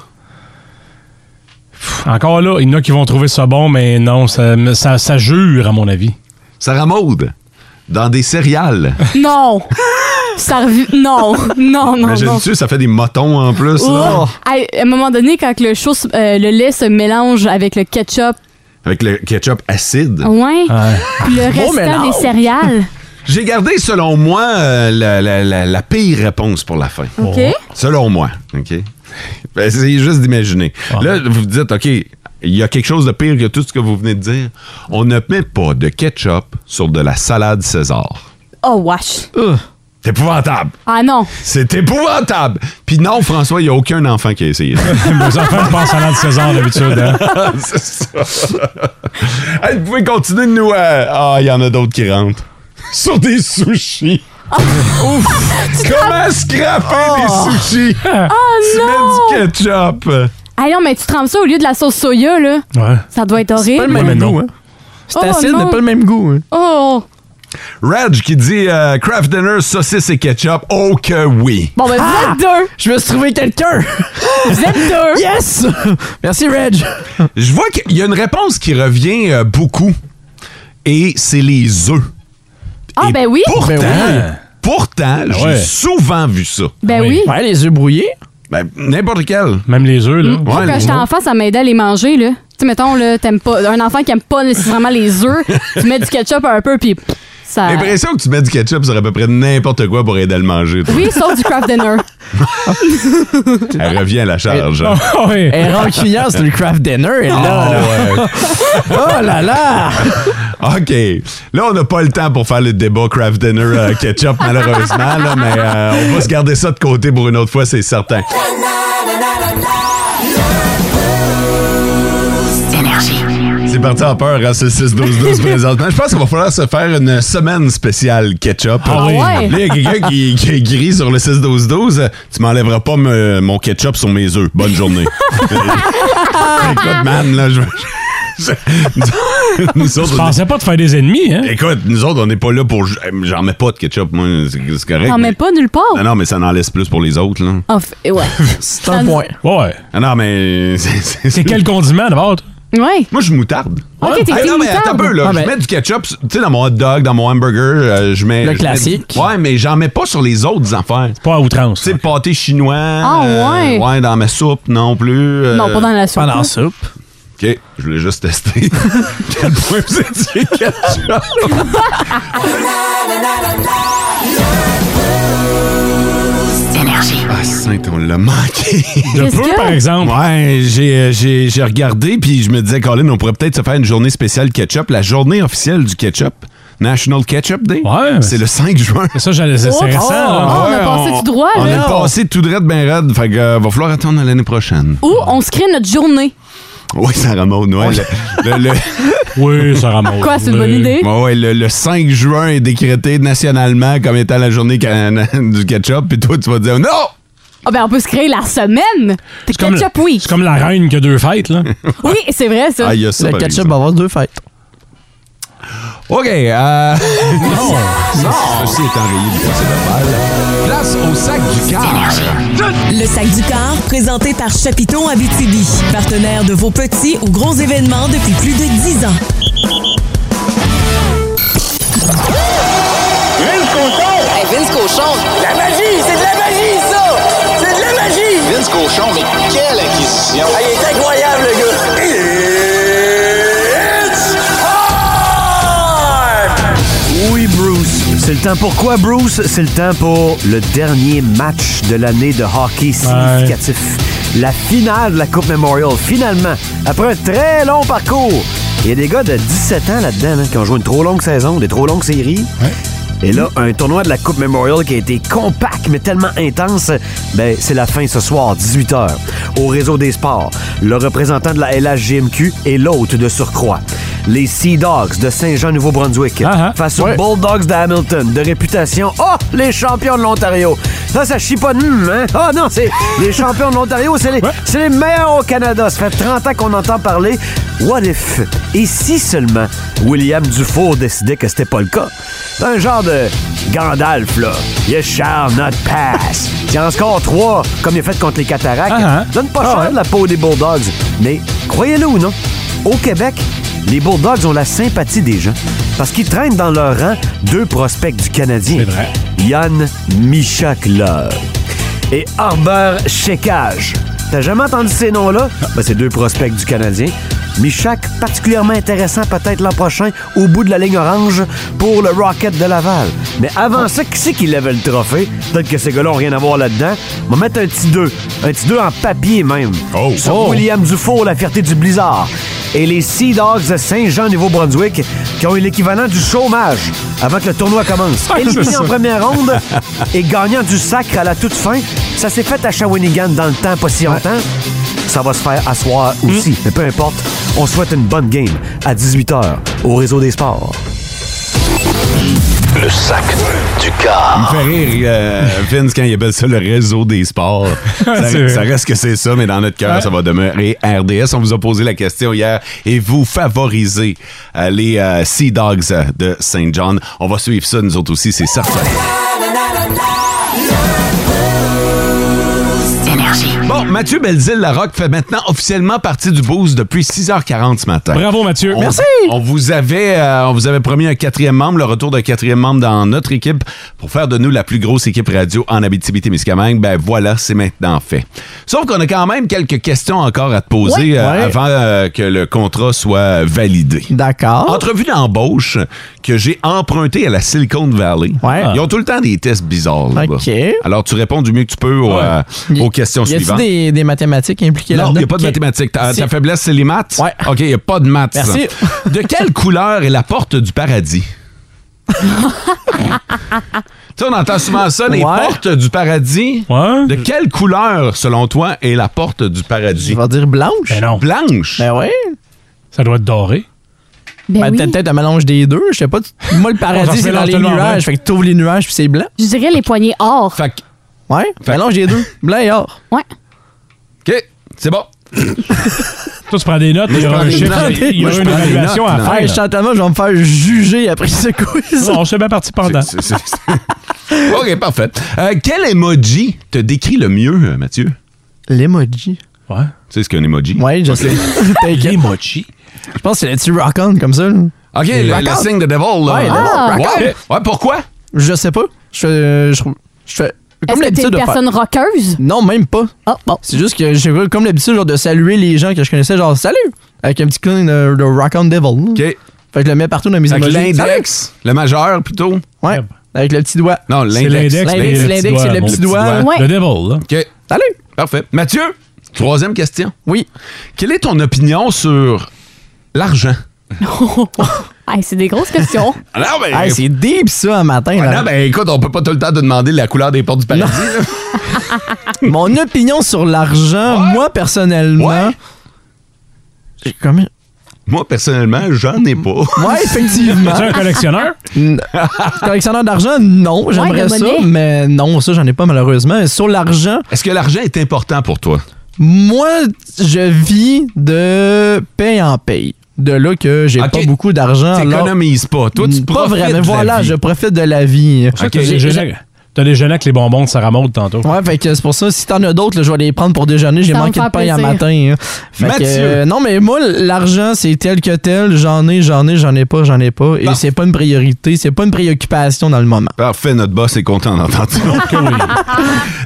Encore là, il y en a qui vont trouver ça bon, mais non, ça, ça, ça jure, à mon avis.
Sarah Maud, dans des céréales.
Non! Ça revu- Non, non, non, non.
Imagine-tu, ça fait des motons en plus. là.
Oh. Hey, à un moment donné, quand le, chaud, se- euh, le lait se mélange avec le ketchup,
Avec le ketchup acide.
Ouais. puis le
Bon
restant
mélange.
des céréales.
J'ai gardé, selon moi, euh, la, la- la- la pire réponse pour la fin.
OK.
Selon moi, OK? Ben, Essayez juste d'imaginer. Là, vous vous dites, OK, il y a quelque chose de pire que tout ce que vous venez de dire. On ne met pas de ketchup sur de la salade César.
Oh, wesh.
C'est épouvantable.
Ah non.
C'est épouvantable. Puis non, François, il n'y a aucun enfant qui a essayé.
Mes enfants pensent à l'an de César d'habitude. hein.
C'est ça. Hey, vous pouvez continuer de nous... euh, Ah, il y en a d'autres qui rentrent. Sur des sushis. Comment scraper
Oh.
des sushis?
Oh non!
Tu mets du ketchup.
Ah non, mais tu trempes ça au lieu de la sauce soya, là.
Ouais.
Ça doit être horrible.
goût, hein? C'est acide, mais pas le même goût. hein.
Oh!
Raj qui dit euh, Kraft Dinner, saucisse et ketchup. Oh que oui!
Bon, ben, vous
Ah!
êtes deux!
Je me suis trouvé quelqu'un!
Vous êtes deux!
Yes! Merci, Reg!
Je vois qu'il y a une réponse qui revient euh, beaucoup. Et c'est les œufs.
Ah, ben oui!
Pourtant,
Ben
pourtant
ouais.
j'ai souvent vu ça.
Ben oui.
Ouais, les œufs brouillés.
Ben, n'importe quel.
Même les œufs, là.
Moi, quand j'étais enfant, ça m'aidait à les manger, là. Tu sais, mettons, là, t'aimes pas. Un enfant qui aime pas nécessairement les œufs, tu mets du ketchup un peu, puis pff, ça.
J'ai l'impression que tu mets du ketchup sur à peu près n'importe quoi pour aider à le manger. toi.
Oui, sauf du craft dinner.
Elle revient à la charge. hein.
Ah.
Elle rancunière, c'est le craft dinner, et là.
Ah, ouais.
Oh là là!
OK. Là, on n'a pas le temps pour faire le débat Kraft Dinner euh, Ketchup, malheureusement, là, mais euh, on va se garder ça de côté pour une autre fois, c'est certain. C'est parti en peur, hein, ce 6-12-12 présentement. Je pense qu'il va falloir se faire une semaine spéciale ketchup.
Ah oui. Ah ouais?
Là, il y a quelqu'un qui, qui gris sur le 6-12-12. euh, Tu m'enlèveras pas me- mon ketchup sur mes œufs. Bonne journée. Écoute, man, là, je... je- nous autres,
Je
on est-
pensais pas te faire des ennemis, hein?
Écoute, nous autres, on n'est pas là pour. ju- J'en mets pas de ketchup, moi, c'est c'est correct.
T'en
mais-
mets pas nulle part.
Non, non, mais ça en laisse plus pour les autres, là.
En fait, ouais.
C'est un point.
Ouais.
Ah non, mais. C'est
C'est quel condiment d'abord?
Ouais.
Moi, je moutarde.
Ok, t'es
Ah
team
non, mais attends un
moutarde.
peu, là.
Ah,
je
ben-
mets du ketchup, tu sais, dans mon hot dog, dans mon hamburger, euh, je mets.
Le
je mets-
classique.
ouais, mais j'en mets pas sur les autres affaires.
Pas à outrance.
Tu sais, pâté chinois. euh,
Ah, ouais.
ouais, dans ma soupe non plus. euh,
Non, pas dans la soupe. là.
soupe.
OK, je voulais juste tester. quel point vous étiez ketchup. Ah, saint, on l'a manqué.
De
Qu'est-ce
peu,
que-
par exemple.
Ouais, j'ai, euh, j'ai, j'ai regardé, puis je me disais, Colin, on pourrait peut-être se faire une journée spéciale ketchup, la journée officielle du ketchup. National Ketchup Day.
Ouais.
C'est le 5 juin.
Ça, j'allais c'est
Oh,
récent,
oh,
là.
on a passé du droit,
On
là.
est passé tout droit de ben raide, fait que euh, va falloir attendre à l'année prochaine.
Ou on se crée notre journée.
Oui, ça remonte, ouais. Le, le- le-
Oui, ça ramasse.
Quoi, c'est une bonne idée?
Ouais, ouais, le- le 5 juin est décrété nationalement comme étant la journée cana- du ketchup, puis toi, tu vas dire non!
Ah ben on peut se créer la semaine. T'es
C'est comme,
ketchup, oui.
c'est comme la reine qui a deux fêtes, là.
Oui, c'est vrai ça.
Ah, il y a ça.
Le
par
ketchup
exemple.
va avoir deux fêtes.
OK, euh... Non! Non! Ceci est enrayé du procès verbal. Place au sac du car.
Le sac du corps, présenté par Chapiton Abitibi, partenaire de vos petits ou gros événements depuis plus de 10 ans.
Vince Cochon!
Vince Cochon!
La magie! C'est de la magie, ça! C'est de la magie!
Vince Cochon, mais quelle acquisition!
Ah, il est incroyable, le gars! It's
Oui, Bruce. C'est le temps pour quoi, Bruce? C'est le temps pour le dernier match de l'année de hockey significatif. La finale de la Coupe Memorial, finalement, après un très long parcours. Il y a des gars de 17 ans là-dedans hein, qui ont joué une trop longue saison, des trop longues séries. Et là, un tournoi de la Coupe Memorial qui a été compact mais tellement intense, ben, c'est la fin ce soir, 18h, au Réseau des Sports. Le représentant de la LHGMQ est l'hôte de surcroît. Les Sea Dogs de Saint-Jean-Nouveau-Brunswick face aux
Ouais.
Bulldogs de Hamilton, de réputation. Oh, les champions de l'Ontario. Ça, ça chie pas de hum, hein? Oh non, c'est les champions de l'Ontario, c'est les, c'est les meilleurs au Canada. Ça fait 30 ans qu'on entend parler. What if? Et si seulement William Dufour décidait que c'était pas le cas? C'est un genre de Gandalf, là. You shall not pass. Il y en a encore trois, comme il a fait contre les cataractes. Donne pas cher la peau des Bulldogs. Mais croyez-le ou non, au Québec, les Bulldogs ont la sympathie des gens parce qu'ils traînent dans leur rang deux prospects du Canadien. Yann Michakla et Harbert Checkage. T'as jamais entendu ces noms-là? Ben, c'est deux prospects du Canadien. Michak, particulièrement intéressant peut-être l'an prochain au bout de la ligne orange pour le Rocket de Laval. Mais avant ça, qui c'est qui levait le trophée? Peut-être que ces gars-là n'ont rien à voir là-dedans. On va mettre un petit 2. Un petit 2 en papier même. Sur
Oh.
William Dufour, la fierté du blizzard. Et les Sea Dogs de Saint-Jean-Nouveau-Brunswick qui ont eu l'équivalent du chômage avant que le tournoi commence.
Ouais, c'est
Éliminés
ça.
en première ronde et gagnant du sacre à la toute fin, ça s'est fait à Shawinigan dans le temps, pas si longtemps. Ça va se faire à soir aussi. Mais peu importe, on souhaite une bonne game à 18h au Réseau des Sports.
Le sac du car.
Il me fait rire, euh, Vince, quand il appelle ça le réseau des sports. ça,
C'est vrai.
ça reste que c'est ça, mais dans notre cœur,
Ouais.
ça va demeurer RDS. On vous a posé la question hier et vous favorisez euh, les euh, Sea Dogs euh, de Saint John. On va suivre ça, nous autres aussi, c'est certain. Bon, Mathieu Belzile Larocque fait maintenant officiellement partie du Boost depuis 6h40 ce matin.
Bravo, Mathieu.
On-
Merci.
On vous avait, euh, on vous avait promis un quatrième membre, le retour d'un quatrième membre dans notre équipe pour faire de nous la plus grosse équipe radio en Abitibi-Témiscamingue. Ben voilà, c'est maintenant fait. Sauf qu'on a quand même quelques questions encore à te poser
Ouais.
euh,
Ouais.
avant euh, que le contrat soit validé.
D'accord.
Entrevue d'embauche que j'ai empruntée à la Silicon Valley. Ils ont tout le temps des tests bizarres là-bas. Alors tu réponds du mieux que tu peux aux, euh, aux questions
Y a-t-il
suivantes.
des, des mathématiques impliquées
Non,
là-dedans?
il n'y a pas de
Ok.
mathématiques. Ta,
Si.
ta faiblesse, c'est les maths? Ouais. OK, il n'y a pas de maths.
Merci.
De quelle couleur est la porte du paradis? tu sais, on entend souvent ça, les
Ouais.
portes du paradis. De quelle couleur, selon toi, est la porte du paradis? Je
vais dire blanche.
Blanche?
Ben ouais.
Ça doit être doré.
Ben,
oui.
t'as peut-être un mélange des deux, je sais pas. tu- Moi, le
On s'en
paradis, c'est dans
mélange
les
tellement, ouais.
nuages. Fait que t'ouvres les nuages, puis c'est blanc.
Je dirais les poignées or.
Ouais, mélange des deux. Blanc et or.
Ouais.
OK, c'est bon.
Toi, tu prends des notes, il
Moi,
y
je
aura
prends
un
des
chiffre,
notes.
il y
Moi,
aura
je
une
prends des
évaluation
notes,
à
là.
faire.
Hey, je suis en train de- je vais me faire juger après ce quiz.
Non, on s'est bien parti pendant.
OK, parfait. Euh, quel emoji te décrit le mieux, euh, Mathieu?
L'emoji.
Ouais.
Tu sais ce qu'un emoji?
Ouais, je sais. T'inquiète.
L'emoji.
Je pense que c'est le petit rock on comme ça. là.
OK, le,
Rock
le
on.
signe de devil. Là.
Ouais, le
Ah.
rock on.
Ouais. Ouais, pourquoi?
Je sais pas. Je, je, je fais.
Est-ce
Comme
que t'es
l'habitude
une
de faire.
personne rockeuse?
Non, même pas.
bon.
C'est juste que j'ai eu comme l'habitude genre de saluer les gens que je connaissais, genre salut! Avec un petit clown de, de Rock on Devil. là. Fait que je le mets partout dans mes
Fait que
emojis.
l'index, le majeur plutôt.
Ouais. Avec le petit doigt.
Non,
C'est
l'index.
l'index, L'index, mais le l'index, petit c'est le doigt, petit mon doigt. petit doigt.
Hein? Le devil, là.
OK.
Salut.
Parfait. Mathieu, troisième question.
Oui.
Quelle est ton opinion sur l'argent?
Hey, c'est des grosses questions.
Alors, ben,
Hey, c'est deep ça un matin. là.
non, ben, écoute, on peut pas tout le temps te demander la couleur des portes du paradis. là.
Mon opinion sur l'argent, moi personnellement. J'ai comme.
Moi, personnellement, j'en ai pas.
Ouais, effectivement.
Es-tu un collectionneur?
N- collectionneur d'argent, non.
Ouais,
J'aimerais
de
ça,
monnaie.
mais non, ça, j'en ai pas malheureusement. Sur l'argent,
Est-ce que l'argent est important pour toi?
moi, je vis de paye en paye. De là que j'ai pas beaucoup d'argent. alors-
T'économises pas. Toi, tu
Ah, Pas
profites
vraiment.
de la
Voilà,
vie.
je profite de la vie.
ça que
J'ai-
t'es
j'ai-
généreux.
E T'as déjeuné avec les bonbons de Sarah Maud tantôt.
Ouais, fait que c'est pour ça, si t'en as d'autres, là, je vais les prendre pour déjeuner. J'ai
Ça va
manqué
me
de
faire
pain à
plaisir.
matin. hein. Fait que,
Mathieu.
euh, non, mais moi, l'argent, c'est tel que tel. J'en ai, j'en ai, j'en ai pas, j'en ai pas. Et c'est pas une priorité, c'est pas une préoccupation dans le moment.
Parfait, notre boss est content d'entendre ça.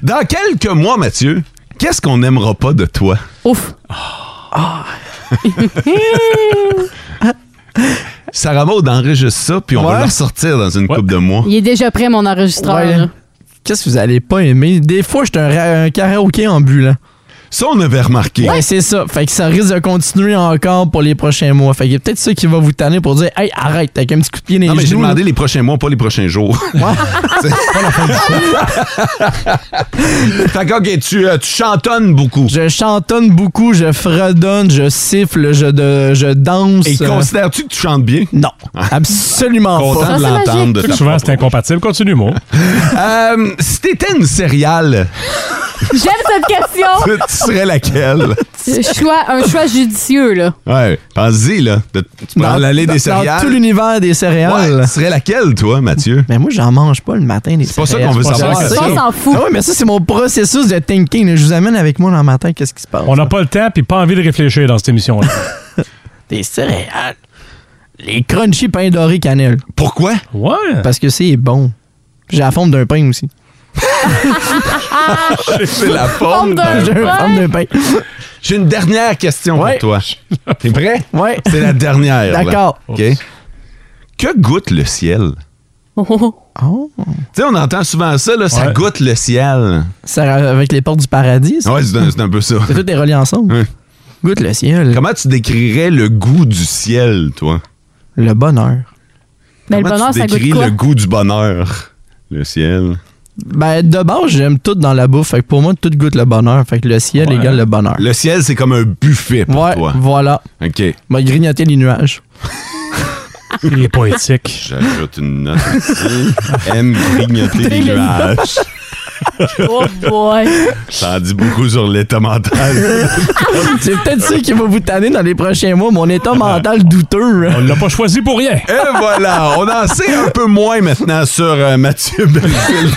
Dans quelques mois, Mathieu, qu'est-ce qu'on n'aimera pas de toi?
Ouf.
Sarah Maud enregistre ça, puis on va
Ouais.
le ressortir dans une coupe de mois.
Il est déjà prêt, mon enregistreur.
Ouais.
là.
Qu'est-ce que vous allez pas aimer? Des fois, j'étais un, ra- un karaoké ambulant.
Ça, on avait remarqué.
Ouais, c'est ça. Fait que ça risque de continuer encore pour les prochains mois. Fait que y a peut-être ça qui va vous tanner pour dire Hey, arrête, avec un petit coup de pied dans
Non,
les
mais j'ai
genoux,
demandé les prochains mois, pas les prochains jours. fait que, OK, tu, euh, tu chantonnes beaucoup.
Je chantonne beaucoup, je fredonne, je siffle, je, de- je danse. Euh,
Et considères-tu que tu chantes bien?
Non, absolument pas.
Content de l'entendre. de ta
Souvent,
propre-
c'est incompatible. Continue, moi.
Euh, si t'étais une céréale,
J'aime cette
tu
question.
tu serais laquelle?
Choix- un choix judicieux, là.
Ouais, pense-y, là. De- tu prends
Dans-
l'allée
dans-
des céréales.
Dans tout l'univers des céréales.
Ouais, tu serais laquelle, toi, Mathieu?
Mais moi, j'en mange pas le matin. C'est
pas ça qu'on veut savoir.
Ça,
Christian.
on s'en fout. Ah ouais, mais ça, c'est mon processus de thinking. là. Je vous amène avec moi dans le matin. Qu'est-ce qui se passe?
On n'a pas le temps puis pas envie de réfléchir dans cette émission-là.
Des céréales. Les crunchy pains dorés cannelle.
Pourquoi?
Ouais.
Parce que c'est bon. J'ai la forme d'un pain aussi.
C'est la forme d'un
J'ai la forme d'un pain.
J'ai une dernière question
Ouais.
pour toi. T'es prêt?
Oui.
C'est la dernière. là.
D'accord.
OK. Que goûte le ciel?
Oh,
Tu sais, on entend souvent ça, là, ça
Ouais.
goûte le ciel.
Ça, avec les portes du paradis. ça.
Ouais, c'est un, c'est un peu ça.
C'est tout est relié ensemble. Goûte le ciel.
Comment tu décrirais le goût du ciel, toi?
Le bonheur.
Mais Ben, le
Comment
bonheur,
tu
ça goûte
décris
quoi?
le goût du bonheur? Le ciel.
Ben, de base, j'aime tout dans la bouffe. Fait que pour moi, tout goûte le bonheur. Fait que le ciel égale le bonheur.
Le ciel, c'est comme un buffet pour
Ouais,
toi.
voilà.
OK.
M'a grignoté les nuages.
Il est poétique.
J'ajoute une note ici. Aime grignoter les nuages.
Oh boy.
Ça en dit beaucoup sur l'état mental.
C'est peut-être ça qui va vous tanner dans les prochains mois, mon état mental douteux.
On l'a pas choisi pour rien.
Et voilà, on en sait un peu moins maintenant sur euh, Mathieu Belzile.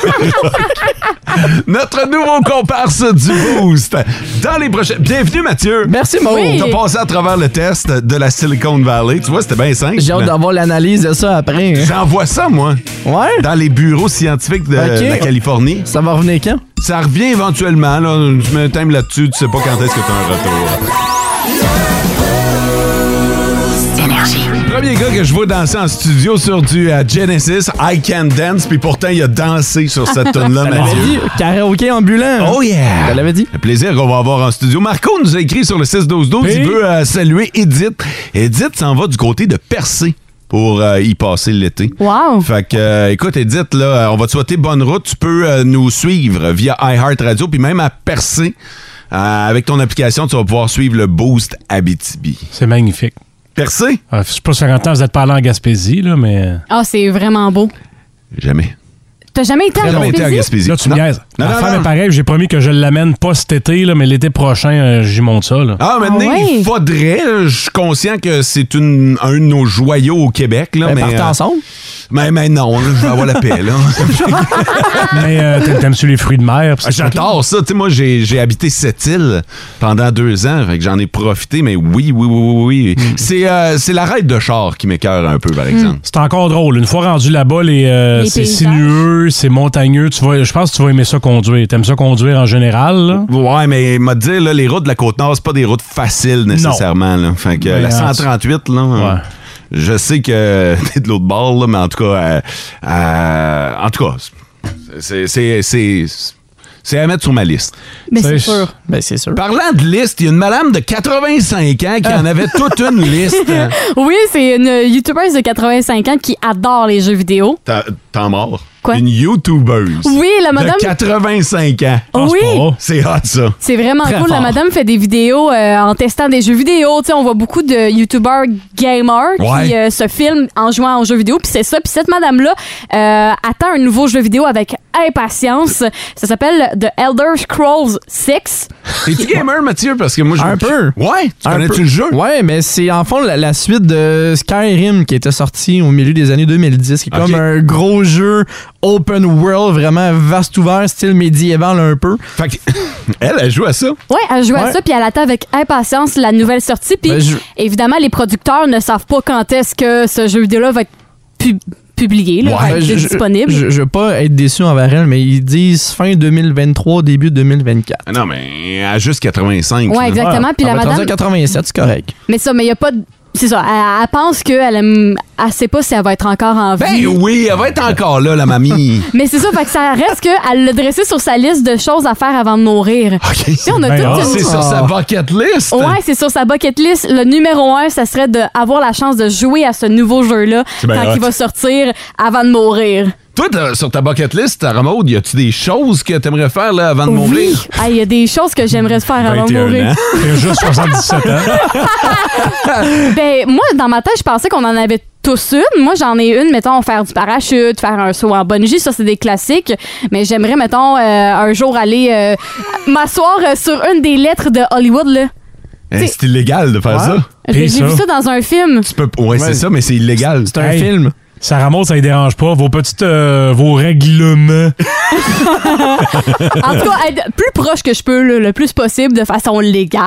Notre nouveau comparse du Boost. Dans les prochains... Bienvenue, Mathieu. Oh,
Merci, Maud. Oui.
T'as passé à travers le test de la Silicon Valley. Tu vois, c'était bien simple.
J'ai hâte d'avoir l'analyse de ça après. hein.
J'envoie ça, moi.
Ouais?
Dans les bureaux scientifiques de
Ok.
la Californie.
Ça va revenir quand?
Ça revient éventuellement. Là. Tu mets un thème là-dessus, tu sais pas quand est-ce que t'as un retour.
Énergie.
Premier gars que je vois danser en studio sur du euh, Genesis, I Can Dance, puis pourtant il a dansé sur cette tune-là,
Je l'avais
Mathieu.
dit, karaoké ambulant.
Oh yeah!
Je l'avais dit.
Le plaisir qu'on va avoir en studio. Marco nous a écrit sur le 6-12-12. Il veut euh, saluer Edith. Edith s'en va du côté de Percé pour euh, y passer l'été.
Wow.
Fait que, euh, écoute, Edith, là, euh, on va te souhaiter bonne route. Tu peux euh, nous suivre via iHeartRadio, puis même à Percé. Euh, avec ton application, tu vas pouvoir suivre le Boost Abitibi.
C'est magnifique.
Percé?
Ah, Je suis pas 50 ans, vous êtes pas allé en Gaspésie, là, mais.
Ah, c'est vraiment beau.
Jamais.
T'as jamais été à
Jamais été à
Ah,
Gaspésie.
Gaspésie?
Là, tu me
Non.
niaises.
Non, non,
L'affaire
non.
est pareil, j'ai promis que je l'amène pas cet été, là, mais l'été prochain, euh, j'y monte ça. Là.
Ah, maintenant, il faudrait. là, Je suis conscient que c'est une, un de nos joyaux au Québec. Là,
Ben,
mais,
partez
euh,
ensemble.
Mais, mais non, là, je vais avoir la paix. Là.
mais euh, t'a- t'aimes-tu les fruits de mer? pis
Ah,
ces trucs-là?
J'adore ça. Tu sais, moi, j'ai j'ai habité cette île pendant deux ans. Fait que j'en ai profité, mais oui, oui, oui, oui, oui. C'est euh, c'est la raide de char qui m'écœure un peu, par exemple.
C'est encore drôle. Une fois rendu là-bas, les, euh,
Les
c'est
paysages.
sinueux, c'est montagneux. Tu vas, je pense que tu vas aimer ça conduire. T'aimes ça conduire en général? là?
Ouais, mais m'a dit, là, les routes de la Côte-Nord, c'est pas des routes faciles nécessairement. Là. Fait que euh,
Mais
la
en-
138, là. euh, Je sais que t'es de l'autre bord, là, mais en tout cas, euh, euh, en tout cas, c'est- c'est- c'est c'est à mettre sur ma liste.
Mais c'est sûr.
Ben, c'est sûr.
Parlant de liste, il y a une madame de 85 ans qui en avait toute une liste.
Oui, c'est une youtubeuse de 85 ans qui adore les jeux vidéo.
T'as- T'en mords.
Quoi?
Une YouTubeuse.
Oui, la madame-
De 85 ans.
Ah, c'est Oui. pas vrai.
C'est hot, ça.
C'est vraiment
Très
cool. La
fort.
madame fait des vidéos euh, en testant des jeux vidéo. Tu sais, on voit beaucoup de YouTubers gamers
Ouais.
qui euh, se filment en jouant aux jeux vidéo. Puis c'est ça. Puis cette madame-là euh, attend un nouveau jeu vidéo avec impatience. Ça s'appelle The Elder Scrolls 6.
T'es-tu gamer, Mathieu? Parce que moi, je...
Un peu.
Ouais, tu
Un
connais-tu
peu.
le jeu?
Ouais, mais c'est en fond la, la suite de Skyrim qui était sorti au milieu des années 2010, qui est
Ok.
comme un gros jeu open world, vraiment vaste ouvert, style médiéval un peu.
elle, elle joue à ça.
Ouais, elle joue à
Ouais.
ça, puis elle attend avec impatience la nouvelle sortie. Puis
Ben, je-
évidemment, les producteurs ne savent pas quand est-ce que ce jeu vidéo-là va être pub- publié, là, va être
je, je-
disponible.
Je, je veux pas être déçu envers elle, mais ils disent fin 2023, début 2024.
Ah non, mais à juste 85.
Ouais,
là.
exactement, puis la
on va être rendu
madame-
à 87, c'est correct.
Mais ça, mais il n'y a pas de. C'est ça. Elle, elle pense qu'elle aime. Elle sait pas si elle va être encore en vie.
Ben oui, elle va être encore là, la mamie.
Mais c'est ça, fait que ça reste qu'elle l'a dressé sur sa liste de choses à faire avant de mourir.
Ah,
Tu
sais,
ben,
on a toute une-
C'est sur sa bucket list.
Ouais, c'est sur sa bucket list. Le numéro un, ça serait d'avoir la chance de jouer à ce nouveau jeu-là
C'est bien
quand il
hot.
va sortir avant de mourir.
Toi, t'as- sur ta bucket list, Tara Maud, y a-tu des choses que t'aimerais faire là, avant de mourir?
Ah, il y a des choses que j'aimerais faire avant de
21
mourir.
ans. T'as juste 77 ans.
ben, moi, dans ma tête, je pensais qu'on en avait tous une. Moi, j'en ai une, mettons, faire du parachute, faire un saut en bungee, ça, c'est des classiques. Mais j'aimerais, mettons, euh, un jour aller euh, m'asseoir euh, sur une des lettres de Hollywood, là.
Eh, C'est illégal de faire ça.
J'ai vu ça dans un film.
Tu peux- Ouais, c'est ça, mais c'est illégal.
C'est un film. Ça ramasse, ça ne dérange pas. Vos petites. euh, vos règlements.
En tout cas, être plus proche que je peux, là, le plus possible, de façon légale.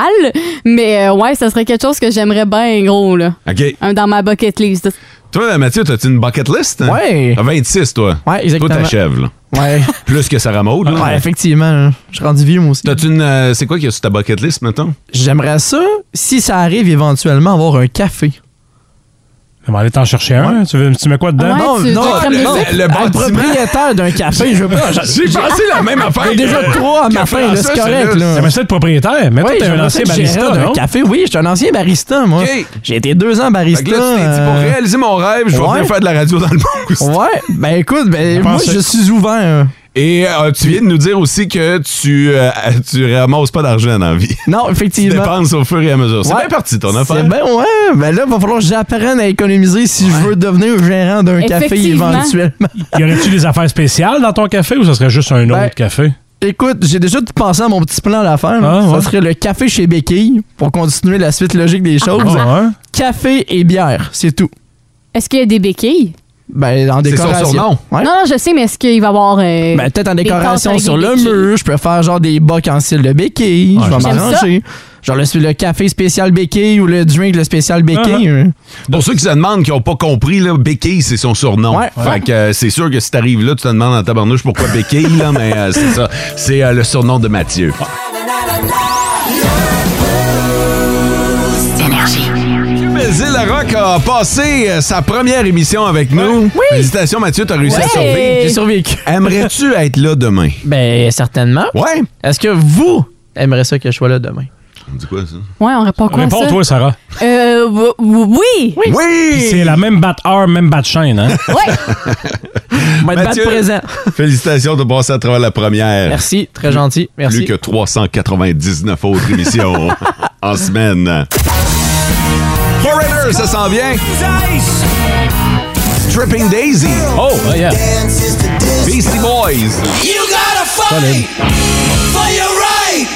Mais euh, ouais, ça serait quelque chose que j'aimerais bien, gros, là.
OK.
Un Dans ma bucket list.
Toi, Mathieu, t'as-tu une bucket list? hein?
Ouais.
T'as 26, toi.
Ouais, exactement.
Toi, t'achèves, là.
Ouais.
Plus que Sarah Maud, là.
Ouais, effectivement, là. je suis rendu vieux, moi aussi.
T'as-tu une. euh, c'est quoi qu'il y a sur ta bucket list, maintenant?
J'aimerais ça, si ça arrive éventuellement, avoir un café.
On va aller t'en chercher un. Tu, veux, tu mets quoi dedans?
non, non,
le-
le,
le bâtiment.
propriétaire d'un café, je veux pas.
J'ai pensé la même affaire
J'ai déjà
que-
trois à ma
que
fin, là,
Francis,
c'est correct.
celui-là.
Là.
T'aimerais ça être propriétaire? Mais toi,
Oui,
t'es un
j'aimerais
ancien
ça être
barista,
gérant d'un
non?
café, oui, j'étais un ancien barista, moi. J'ai été deux ans barista.
Fait que là, tu t'es dit, pour réaliser mon rêve, je vais venir faire de la radio dans le boost.
Ouais, ben écoute, ben, moi,
Pensez-
je suis ouvert.
Et euh, tu viens de nous dire aussi que tu, euh, tu ramasses pas d'argent dans la vie.
Non, effectivement.
Tu dépenses au fur et à mesure. C'est
Ouais.
bien parti ton
C'est
affaire.
ben ouais, ben là, va falloir que j'apprenne à économiser si je veux devenir gérant d'un café
Effectivement.
éventuellement.
Y aurait-tu des affaires spéciales dans ton café ou ça serait juste un
Ben,
autre café?
Écoute, j'ai déjà tout pensé à mon petit plan d'affaires. là.
Ah, ouais.
Ça serait le café chez Béquille pour continuer la suite logique des choses.
Ah, ouais.
Café et bière, euh, c'est tout.
Est-ce qu'il y a des béquilles?
Ben, en décoration.
Non,
Ouais.
non, je sais, mais est-ce qu'il va y avoir. euh,
Ben, peut-être en
des
décoration
tasses
sur
avec
le
des béquilles?
mur. Je peux faire genre des bocs en style de béquille. je vais
j'aime
m'arranger. Genre le, le café spécial béquille ou le drink le spécial béquille. hein.
Pour ceux qui se demandent, qui n'ont pas compris, là, Béquille, c'est son surnom.
Ouais.
Fait que euh, c'est sûr que si t'arrives là, tu te demandes en tabarnouche pourquoi Béquille, là, mais euh, c'est ça. C'est euh, le surnom de Mathieu.
Énergie.
Belzile Larocque a passé euh, sa première émission avec nous. Félicitations, Mathieu, t'as réussi à
Ouais.
survivre.
J'ai survécu.
Aimerais-tu être là demain?
Ben, certainement.
Ouais.
Est-ce que vous aimeriez ça que je sois là demain?
On dit quoi, ça?
Ouais, on répond quoi à ça?
Réponds-toi, Sarah.
Euh, w- w- oui!
Oui!
Puis C'est la même batte heure, même batte chaîne, hein?
va être
Mathieu,
battre présent.
Félicitations de passer à travers la première.
Merci, très gentil. Merci.
Plus que 399 autres émissions en semaine. Foreigner, ça s'en vient. Tripping Daisy.
Oh, yeah.
Beastie Boys.
You gotta
Solide.
fight for your right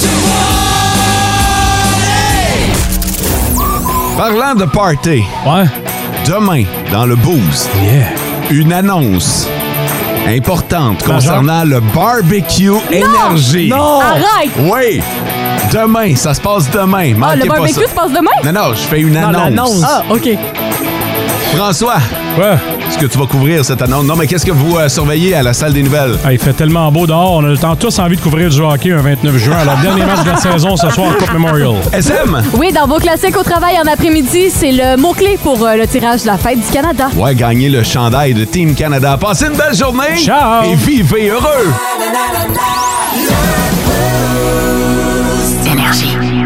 to
Parlant de party. Demain, dans le Boost. Une annonce importante concernant le barbecue énergie.
Non! Arrête!
Oui! Demain, ça se passe demain.
Ah,
Manquez
le
pas
barbecue
ça.
se passe
Non,
demain?
non, je fais une
Non,
annonce.
Ah, OK.
François, est-ce que tu vas couvrir cette annonce? Non, mais qu'est-ce que vous euh, surveillez à la salle des nouvelles?
Ah, il fait tellement beau dehors, on a le temps tous envie de couvrir du hockey un 29 juin. Alors, dernier match de la saison ce soir en Coupe Memorial.
SM!
Oui, dans vos classiques au travail en après-midi, c'est le mot-clé pour euh, le tirage de la fête du Canada.
Ouais, gagner le chandail de Team Canada. Passez une belle journée!
Ciao!
Et vivez heureux!
Énergie.